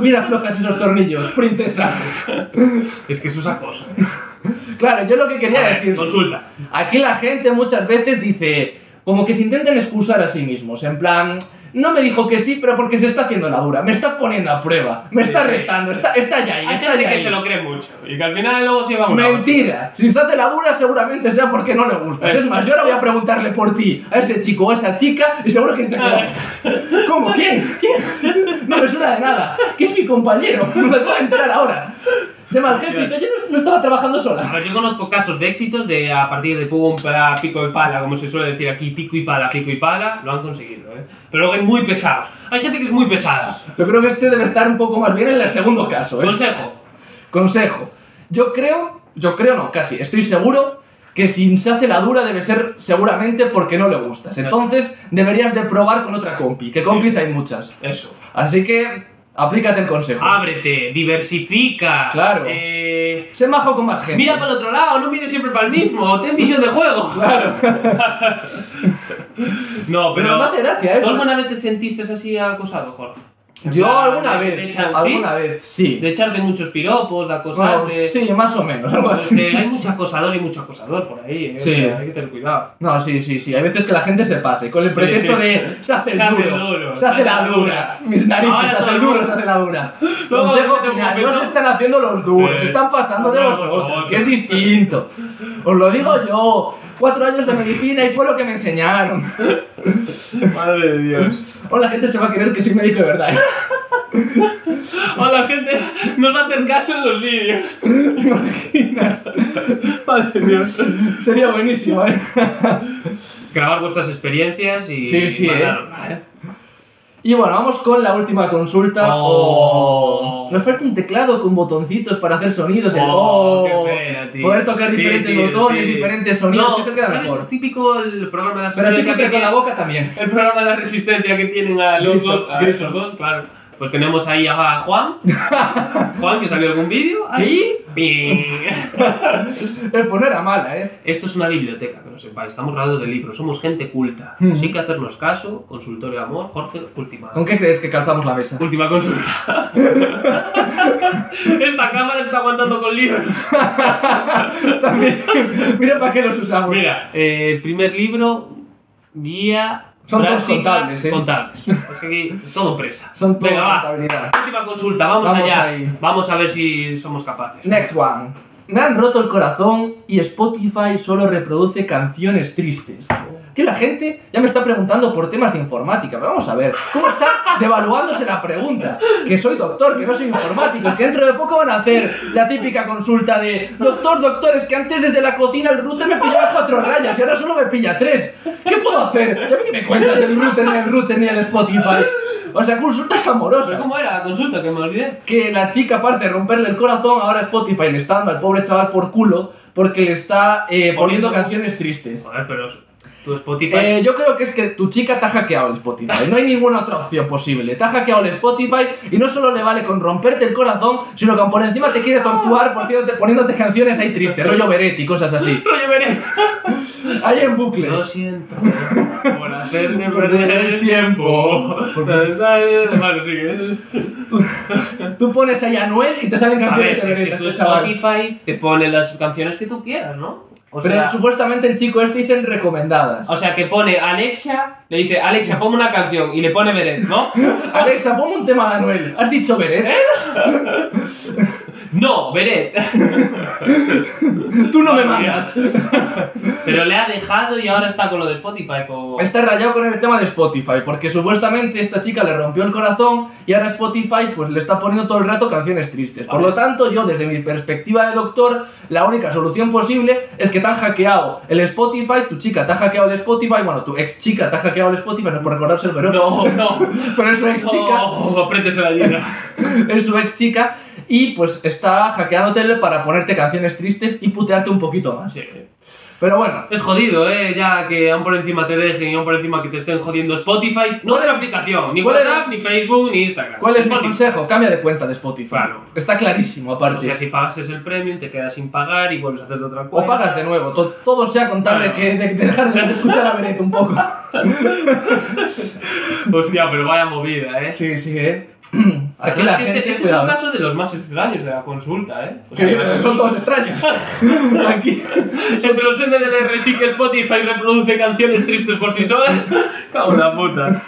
[SPEAKER 1] Mira flojas esos tornillos, princesa.
[SPEAKER 3] Es que eso es acoso.
[SPEAKER 1] Claro, yo lo que
[SPEAKER 3] A
[SPEAKER 1] quería
[SPEAKER 3] ver,
[SPEAKER 1] decir,
[SPEAKER 3] Consulta.
[SPEAKER 1] aquí la gente muchas veces dice, como que se intentan excusar a sí mismos, en plan, no me dijo que sí, pero porque se está haciendo la dura, me está poniendo a prueba, me
[SPEAKER 3] Sí,
[SPEAKER 1] está
[SPEAKER 3] sí.
[SPEAKER 1] retando, está, está ya ahí,
[SPEAKER 3] Hay
[SPEAKER 1] está
[SPEAKER 3] gente
[SPEAKER 1] ya
[SPEAKER 3] que
[SPEAKER 1] ahí".
[SPEAKER 3] se lo cree mucho y que al final luego se va a una hostia. Eh.
[SPEAKER 1] Mentira, si se hace la dura seguramente sea porque no le gusta. Es más, yo ahora voy a preguntarle por ti a ese chico o a esa chica y seguro que te
[SPEAKER 3] Eh.
[SPEAKER 1] conoce. ¿Cómo? ¿Quién? No me suena de nada. Que es mi compañero. Me acabo de enterar ahora. Llama al jefe y dice, yo no, no estaba trabajando
[SPEAKER 3] A
[SPEAKER 1] sola.
[SPEAKER 3] ver, yo conozco casos de éxitos de a partir de pum, para pico y pala, como se suele decir aquí, pico y pala, pico y pala, lo han conseguido, ¿eh? Pero luego hay muy pesados. Hay gente que es muy pesada.
[SPEAKER 1] Yo creo que este debe estar un poco más bien en el segundo caso. ¿eh?
[SPEAKER 3] Consejo.
[SPEAKER 1] Consejo. Yo creo, yo creo no, casi, estoy seguro que si se hace la dura debe ser seguramente porque no le gustas. Entonces deberías de probar con otra compi, que compis hay muchas.
[SPEAKER 3] Eso.
[SPEAKER 1] Así que aplícate el consejo.
[SPEAKER 3] Ah, Ábrete, diversifica.
[SPEAKER 1] Claro.
[SPEAKER 3] Eh,
[SPEAKER 1] Sé majo con más gente.
[SPEAKER 3] mira para el otro lado, no mires siempre para el mismo. Ten visión de juego.
[SPEAKER 1] Claro.
[SPEAKER 3] No, pero.
[SPEAKER 1] Pero me hace gracia, ¿eh?
[SPEAKER 3] ¿Tú alguna vez te sentiste así acosado, Jorge? En
[SPEAKER 1] Yo
[SPEAKER 3] plan,
[SPEAKER 1] alguna
[SPEAKER 3] de- de
[SPEAKER 1] vez,
[SPEAKER 3] echar-
[SPEAKER 1] alguna vez, sí.
[SPEAKER 3] De echarte muchos piropos, de acosarte.
[SPEAKER 1] Bueno, sí, más o menos, algo
[SPEAKER 3] Pues,
[SPEAKER 1] así.
[SPEAKER 3] eh, hay mucho acosador y mucho acosador por ahí, eh,
[SPEAKER 1] Sí.
[SPEAKER 3] hay que tener cuidado.
[SPEAKER 1] No, sí, sí, sí. Hay veces que la gente se pase con el
[SPEAKER 3] Sí,
[SPEAKER 1] pretexto
[SPEAKER 3] sí.
[SPEAKER 1] de se hace el
[SPEAKER 3] Se hace
[SPEAKER 1] duro,
[SPEAKER 3] el duro,
[SPEAKER 1] se hace la dura. Mis narices,
[SPEAKER 3] Ahora
[SPEAKER 1] se hace
[SPEAKER 3] todo
[SPEAKER 1] el
[SPEAKER 3] el
[SPEAKER 1] duro,
[SPEAKER 3] mundo.
[SPEAKER 1] se hace la dura.
[SPEAKER 3] Luego
[SPEAKER 1] Consejo
[SPEAKER 3] hacemos un
[SPEAKER 1] final, no
[SPEAKER 3] momento.
[SPEAKER 1] se están haciendo los duros,
[SPEAKER 3] Eh,
[SPEAKER 1] se están pasando de
[SPEAKER 3] no,
[SPEAKER 1] vosotros,
[SPEAKER 3] no,
[SPEAKER 1] que es
[SPEAKER 3] no.
[SPEAKER 1] distinto. Os lo digo yo. Cuatro años de medicina y fue lo que me enseñaron.
[SPEAKER 3] Madre de Dios.
[SPEAKER 1] O la gente se va a creer que soy médico de verdad. ¿eh?
[SPEAKER 3] Hola, gente. Nos va a hacer caso en los vídeos.
[SPEAKER 1] ¿Te imaginas?
[SPEAKER 3] Madre de Dios.
[SPEAKER 1] Sería buenísimo, ¿eh?
[SPEAKER 3] Grabar vuestras experiencias y.
[SPEAKER 1] Sí, sí,
[SPEAKER 3] mandarosla, ¿eh?
[SPEAKER 1] Y bueno, vamos con la última consulta.
[SPEAKER 3] Oh.
[SPEAKER 1] Oh. Nos falta un teclado con botoncitos para hacer sonidos. el
[SPEAKER 3] Oh,
[SPEAKER 1] oh.
[SPEAKER 3] qué pena, tío.
[SPEAKER 1] Poder tocar
[SPEAKER 3] Sí,
[SPEAKER 1] diferentes
[SPEAKER 3] tío,
[SPEAKER 1] botones,
[SPEAKER 3] sí.
[SPEAKER 1] diferentes sonidos. que eso queda
[SPEAKER 3] ¿sabes?
[SPEAKER 1] mejor.
[SPEAKER 3] Típico el programa de la
[SPEAKER 1] Pero
[SPEAKER 3] resistencia
[SPEAKER 1] siempre
[SPEAKER 3] que
[SPEAKER 1] con la
[SPEAKER 3] tiene-
[SPEAKER 1] boca también.
[SPEAKER 3] El programa de la resistencia que tienen a los
[SPEAKER 1] Griso,
[SPEAKER 3] dos, a
[SPEAKER 1] Griso.
[SPEAKER 3] esos dos, claro. Pues tenemos ahí a Juan. Juan, que salió algún vídeo. Ahí. Ping.
[SPEAKER 1] El poner a mala, ¿eh?
[SPEAKER 3] Esto es una biblioteca, que lo sepáis. Estamos rodeados de libros, somos gente culta.
[SPEAKER 1] Mm.
[SPEAKER 3] Así que hacernos caso, consultorio amor, Jorge, última.
[SPEAKER 1] ¿Con qué crees que calzamos la mesa?
[SPEAKER 3] Última consulta. Esta cámara se está aguantando con libros.
[SPEAKER 1] También. Mira para qué los usamos.
[SPEAKER 3] Mira, eh, primer libro, guía.
[SPEAKER 1] Son todos
[SPEAKER 3] práctica,
[SPEAKER 1] contables, ¿eh?
[SPEAKER 3] Contables. Es que aquí todo presa.
[SPEAKER 1] Son todas
[SPEAKER 3] Venga, va.
[SPEAKER 1] contabilidad.
[SPEAKER 3] Última consulta, vamos,
[SPEAKER 1] Vamos
[SPEAKER 3] allá.
[SPEAKER 1] ahí.
[SPEAKER 3] Vamos a ver si somos capaces.
[SPEAKER 1] Next one. Me han roto el corazón y Spotify solo reproduce canciones tristes. Que la gente ya me está preguntando por temas de informática, pero vamos a ver, ¿cómo está devaluándose la pregunta? Que soy doctor, que no soy informático, es que dentro de poco van a hacer la típica consulta de Doctor, doctor, es que antes desde la cocina el router me pillaba cuatro rayas y ahora solo me pilla tres. ¿Qué puedo hacer? Ya ve que me cuentas del router, ni el router, ni el Spotify. O sea, consultas amorosas
[SPEAKER 3] Pero ¿Cómo era la consulta? Que me olvidé.
[SPEAKER 1] que la chica, aparte de romperle el corazón, ahora Spotify le está dando al pobre chaval por culo porque le está eh, poniendo canciones tristes.
[SPEAKER 3] Joder, pero tu Spotify.
[SPEAKER 1] Eh, yo creo que es que tu chica te ha hackeado el Spotify. No hay ninguna otra opción posible. Te ha hackeado el Spotify y no solo le vale con romperte el corazón, sino que por encima te quiere torturar por cierto, poniéndote canciones ahí tristes, rollo Beret y cosas así.
[SPEAKER 3] Rollo Beret.
[SPEAKER 1] Ahí en bucle.
[SPEAKER 3] Lo siento ¿eh? por hacerme perder el tiempo. Bueno, sigue.
[SPEAKER 1] Tú pones ahí a Noel y te salen
[SPEAKER 3] A
[SPEAKER 1] canciones
[SPEAKER 3] ver,
[SPEAKER 1] de
[SPEAKER 3] es
[SPEAKER 1] Beret.
[SPEAKER 3] que tu
[SPEAKER 1] este chaval.
[SPEAKER 3] Spotify te pone las canciones que tú quieras, ¿no? O
[SPEAKER 1] Pero
[SPEAKER 3] sea,
[SPEAKER 1] supuestamente el chico este dicen recomendadas.
[SPEAKER 3] o sea, que pone Alexa, le dice Alexa, ponme una canción y le pone Beret, ¿no?
[SPEAKER 1] Alexa, ponme un tema de Anuel. ¿Has dicho Beret?
[SPEAKER 3] No, Beret.
[SPEAKER 1] Tú no me
[SPEAKER 3] Madre
[SPEAKER 1] mandas.
[SPEAKER 3] Pero le ha dejado y ahora está con lo de Spotify. con-
[SPEAKER 1] Está rayado con el tema de Spotify, porque supuestamente esta chica le rompió el corazón y ahora Spotify pues le está poniendo todo el rato canciones tristes. Por
[SPEAKER 3] Vale.
[SPEAKER 1] lo tanto, yo desde mi perspectiva de doctor, la única solución posible es que te han hackeado el Spotify, tu chica te ha hackeado el Spotify, bueno, tu ex chica te ha hackeado el Spotify, no es por recordarse, pero,
[SPEAKER 3] No, no.
[SPEAKER 1] pero es su ex chica,
[SPEAKER 3] No, apriétese la ayuda.
[SPEAKER 1] es su ex chica y pues está hackeándote para ponerte canciones tristes y putearte un poquito más.
[SPEAKER 3] Sí.
[SPEAKER 1] Pero bueno,
[SPEAKER 3] Es jodido, ¿eh? Ya que aún por encima te dejen y aún por encima que te estén jodiendo Spotify. No de la aplicación, ni
[SPEAKER 1] ¿Cuál
[SPEAKER 3] WhatsApp, ni Facebook, ni Instagram.
[SPEAKER 1] ¿cuál es mi
[SPEAKER 3] Spotify.
[SPEAKER 1] consejo? Cambia de cuenta de Spotify.
[SPEAKER 3] Claro.
[SPEAKER 1] Está clarísimo aparte.
[SPEAKER 3] O sea, si pagaste el premium, te quedas sin pagar y vuelves a hacerte otra
[SPEAKER 1] O
[SPEAKER 3] cuenta.
[SPEAKER 1] pagas de nuevo, to- todo sea contable
[SPEAKER 3] Claro.
[SPEAKER 1] que de, de dejar de escuchar a Benito un poco.
[SPEAKER 3] Hostia, pero vaya movida, ¿eh?
[SPEAKER 1] Sí, sí, eh.
[SPEAKER 3] La
[SPEAKER 1] Aquí
[SPEAKER 3] verdad
[SPEAKER 1] la
[SPEAKER 3] es que este,
[SPEAKER 1] gente.
[SPEAKER 3] este es
[SPEAKER 1] cuidado, eh.
[SPEAKER 3] un caso de los más extraños de la consulta, ¿eh? O
[SPEAKER 1] que
[SPEAKER 3] la
[SPEAKER 1] son todos extraños. Aquí.
[SPEAKER 3] Entre los NDR sí que Spotify reproduce canciones tristes por sí solas. Cago en la puta.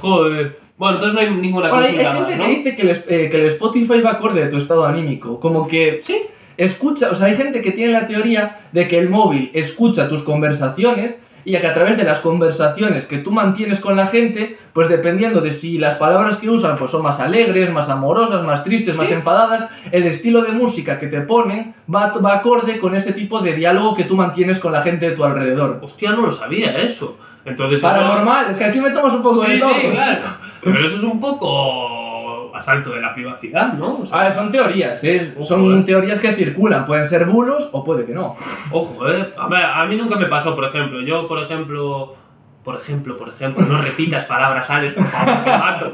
[SPEAKER 3] Joder. Bueno, entonces no hay ninguna
[SPEAKER 1] Bueno, hay, hay
[SPEAKER 3] consulta
[SPEAKER 1] gente
[SPEAKER 3] más, ¿no?
[SPEAKER 1] que dice que el, es- eh, que el Spotify va acorde de tu estado anímico. Como que
[SPEAKER 3] Sí.
[SPEAKER 1] escucha, o sea, hay gente que tiene la teoría de que el móvil escucha tus conversaciones y que a través de las conversaciones que tú mantienes con la gente, pues dependiendo de si las palabras que usan pues son más alegres, más amorosas, más tristes, más enfadadas, el estilo de música que te ponen va, va acorde con ese tipo de diálogo que tú mantienes con la gente de tu alrededor.
[SPEAKER 3] Hostia, no lo sabía eso. Entonces Pues eso-
[SPEAKER 1] Paranormal, es que aquí metemos un poco
[SPEAKER 3] Sí,
[SPEAKER 1] de todo.
[SPEAKER 3] sí, claro. Pero eso es un poco asalto de la privacidad, ¿no? O sea,
[SPEAKER 1] A ver, son teorías, ¿eh?
[SPEAKER 3] Ojo,
[SPEAKER 1] son
[SPEAKER 3] eh.
[SPEAKER 1] teorías que circulan, pueden ser bulos o puede que no.
[SPEAKER 3] Ojo, eh. A, ver, a mí nunca me pasó, por ejemplo. Yo, por ejemplo. Por ejemplo, por ejemplo, no repitas palabras, Alex, por favor, te mato.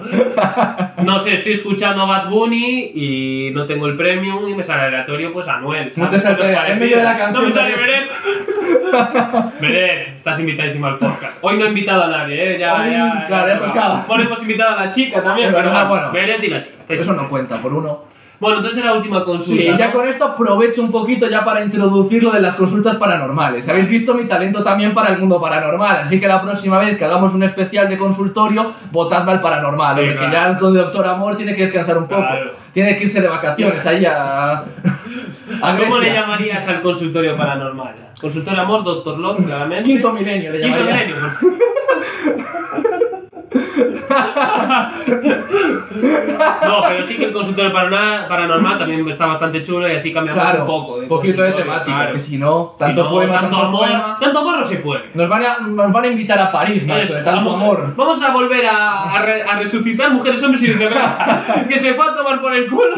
[SPEAKER 3] No sé, estoy escuchando a Bad Bunny y no tengo el premium y me sale aleatorio, pues Anuel.
[SPEAKER 1] No te sale-
[SPEAKER 3] Cosas
[SPEAKER 1] en medio de la
[SPEAKER 3] parecidas.
[SPEAKER 1] canción
[SPEAKER 3] No me sale
[SPEAKER 1] sale-
[SPEAKER 3] Beret. Beret, estás invitadísimo al podcast. Hoy no he invitado a nadie, ¿eh? Ya,
[SPEAKER 1] Hoy,
[SPEAKER 3] ya,
[SPEAKER 1] claro, ya tocaba.
[SPEAKER 3] Bueno, hemos invitado a la chica también,
[SPEAKER 1] Es
[SPEAKER 3] pero
[SPEAKER 1] verdad, bueno.
[SPEAKER 3] Beret y la chica. estáis
[SPEAKER 1] Eso no
[SPEAKER 3] contentos.
[SPEAKER 1] cuenta por uno.
[SPEAKER 3] Bueno, entonces la última consulta.
[SPEAKER 1] Sí, ya
[SPEAKER 3] ¿no?
[SPEAKER 1] con esto aprovecho un poquito ya para introducir lo de las consultas paranormales. Habéis visto mi talento también para el mundo paranormal, así que la próxima vez que hagamos un especial de consultorio, votadme al paranormal,
[SPEAKER 3] Sí,
[SPEAKER 1] porque
[SPEAKER 3] claro.
[SPEAKER 1] ya el doctor Amor tiene que descansar un poco.
[SPEAKER 3] Claro.
[SPEAKER 1] Tiene que irse de vacaciones ahí a... a
[SPEAKER 3] ¿Cómo le
[SPEAKER 1] Grecia.
[SPEAKER 3] llamarías al consultorio paranormal? Consultorio amor, doctor Love, claramente.
[SPEAKER 1] Quinto milenio le
[SPEAKER 3] Quinto
[SPEAKER 1] llamaría.
[SPEAKER 3] milenio, por favor. No, pero sí que el consultorio parana- paranormal también está bastante chulo y así cambiamos
[SPEAKER 1] Claro,
[SPEAKER 3] un poco. de
[SPEAKER 1] poquito de
[SPEAKER 3] consultorio,
[SPEAKER 1] temática,
[SPEAKER 3] claro.
[SPEAKER 1] que si no,
[SPEAKER 3] Si
[SPEAKER 1] tanto
[SPEAKER 3] no,
[SPEAKER 1] poema, tanto,
[SPEAKER 3] amor,
[SPEAKER 1] poema.
[SPEAKER 3] Tanto amor no se puede.
[SPEAKER 1] Nos van, a, nos van a invitar a París, macho,
[SPEAKER 3] Eso,
[SPEAKER 1] de tanto
[SPEAKER 3] vamos,
[SPEAKER 1] amor.
[SPEAKER 3] Vamos a volver a, a re- a resucitar mujeres, hombres y viceversa. que se fue a tomar por el culo.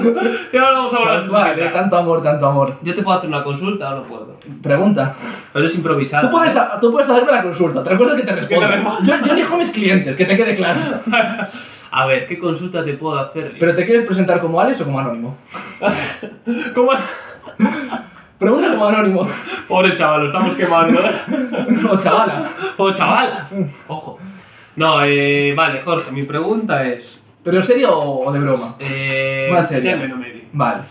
[SPEAKER 3] Y ahora vamos a volver a
[SPEAKER 1] Tal cual, de
[SPEAKER 3] resucitar.
[SPEAKER 1] tanto amor, tanto amor.
[SPEAKER 3] Yo te puedo hacer una consulta o no puedo.
[SPEAKER 1] Pregunta.
[SPEAKER 3] Pero es improvisado.
[SPEAKER 1] Tú puedes, ha- tú puedes hacerme la consulta, otra cosa es que te
[SPEAKER 3] te
[SPEAKER 1] responda.
[SPEAKER 3] responda.
[SPEAKER 1] Yo, yo elijo mis clientes, que te quede claro.
[SPEAKER 3] ¿eh? A ver, ¿qué consulta te puedo hacer?
[SPEAKER 1] ¿Pero te quieres presentar como Alex o como anónimo?
[SPEAKER 3] ¿Cómo?
[SPEAKER 1] Pregunta como anónimo.
[SPEAKER 3] Pobre chaval, lo estamos quemando. ¿eh?
[SPEAKER 1] No, chavala.
[SPEAKER 3] ¡Oh, chaval! Ojo. No, eh, vale, Jorge, mi pregunta es...
[SPEAKER 1] ¿Pero serio o o de broma?
[SPEAKER 3] Eh,
[SPEAKER 1] Más seria.
[SPEAKER 3] término medio.
[SPEAKER 1] Vale.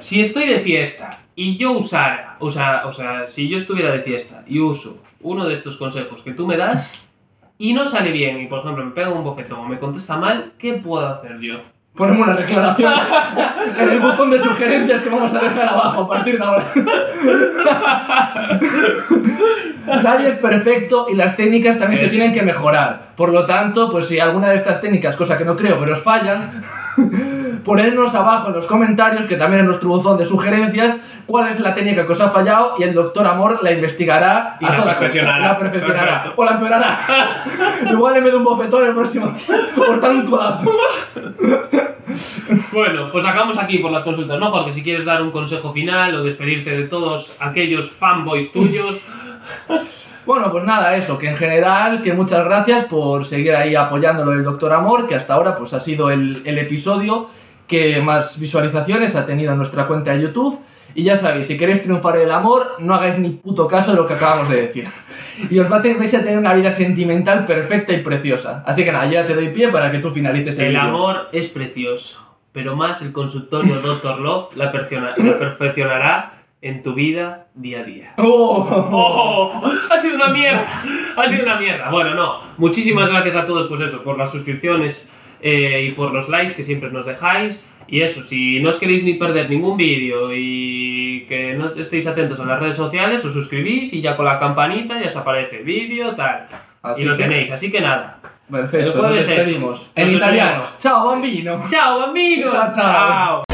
[SPEAKER 3] Si estoy de fiesta y yo usara, o sea, o sea, si yo estuviera de fiesta y uso uno de estos consejos que tú me das y no sale bien y por ejemplo me pega un bofetón o me contesta mal, ¿qué puedo hacer yo?
[SPEAKER 1] Ponemos una declaración en el buzón de sugerencias que vamos a dejar abajo a partir de ahora. Nadie es perfecto y las técnicas también se
[SPEAKER 3] Eso.
[SPEAKER 1] tienen que mejorar. Por lo tanto, pues si alguna de estas técnicas, cosa que no creo, pero os fallan, ponernos abajo en los comentarios, que también en nuestro buzón de sugerencias, cuál es la técnica que os ha fallado y el doctor Amor la investigará
[SPEAKER 3] Y
[SPEAKER 1] a
[SPEAKER 3] la
[SPEAKER 1] toda costa.
[SPEAKER 3] perfeccionará.
[SPEAKER 1] La perfeccionará.
[SPEAKER 3] Perfecto.
[SPEAKER 1] O la empeorará. Igual en vez de un bofetón el próximo cortar un codazo.
[SPEAKER 3] Bueno, pues acabamos aquí por las consultas, ¿no, Jorge? Si quieres dar un consejo final o despedirte de todos aquellos fanboys tuyos.
[SPEAKER 1] Bueno, pues nada, eso, que en general, que muchas gracias por seguir ahí apoyándolo del Doctor Amor, que hasta ahora pues ha sido el, el episodio que más visualizaciones ha tenido en nuestra cuenta de YouTube. Y ya sabéis, si queréis triunfar en el amor, no hagáis ni puto caso de lo que acabamos de decir. Y os va a tener, vais a tener una vida sentimental perfecta y preciosa. Así que nada, yo ya te doy pie para que tú finalices el,
[SPEAKER 3] El
[SPEAKER 1] vídeo.
[SPEAKER 3] amor es precioso, pero más el consultorio Dr. Love la, perfecciona- la perfeccionará en tu vida día a día.
[SPEAKER 1] ¡Oh!
[SPEAKER 3] ¡Oh! ¡Ha sido una mierda! ¡Ha sido una mierda! Bueno, no. Muchísimas gracias a todos, pues eso, por las suscripciones eh, y por los likes que siempre nos dejáis. Y eso, si no os queréis ni perder ningún vídeo y que no estéis atentos a las redes sociales, os suscribís y ya con la campanita ya os aparece vídeo, tal.
[SPEAKER 1] Así
[SPEAKER 3] y lo
[SPEAKER 1] que-
[SPEAKER 3] tenéis, así que nada.
[SPEAKER 1] Perfecto,
[SPEAKER 3] Pero
[SPEAKER 1] nos
[SPEAKER 3] puede ser.
[SPEAKER 1] despedimos.
[SPEAKER 3] Nos
[SPEAKER 1] En italiano.
[SPEAKER 3] despedimos.
[SPEAKER 1] Chao, bambino.
[SPEAKER 3] ¡Chao, amigos!
[SPEAKER 1] Chao, chao.
[SPEAKER 3] ¡Chao!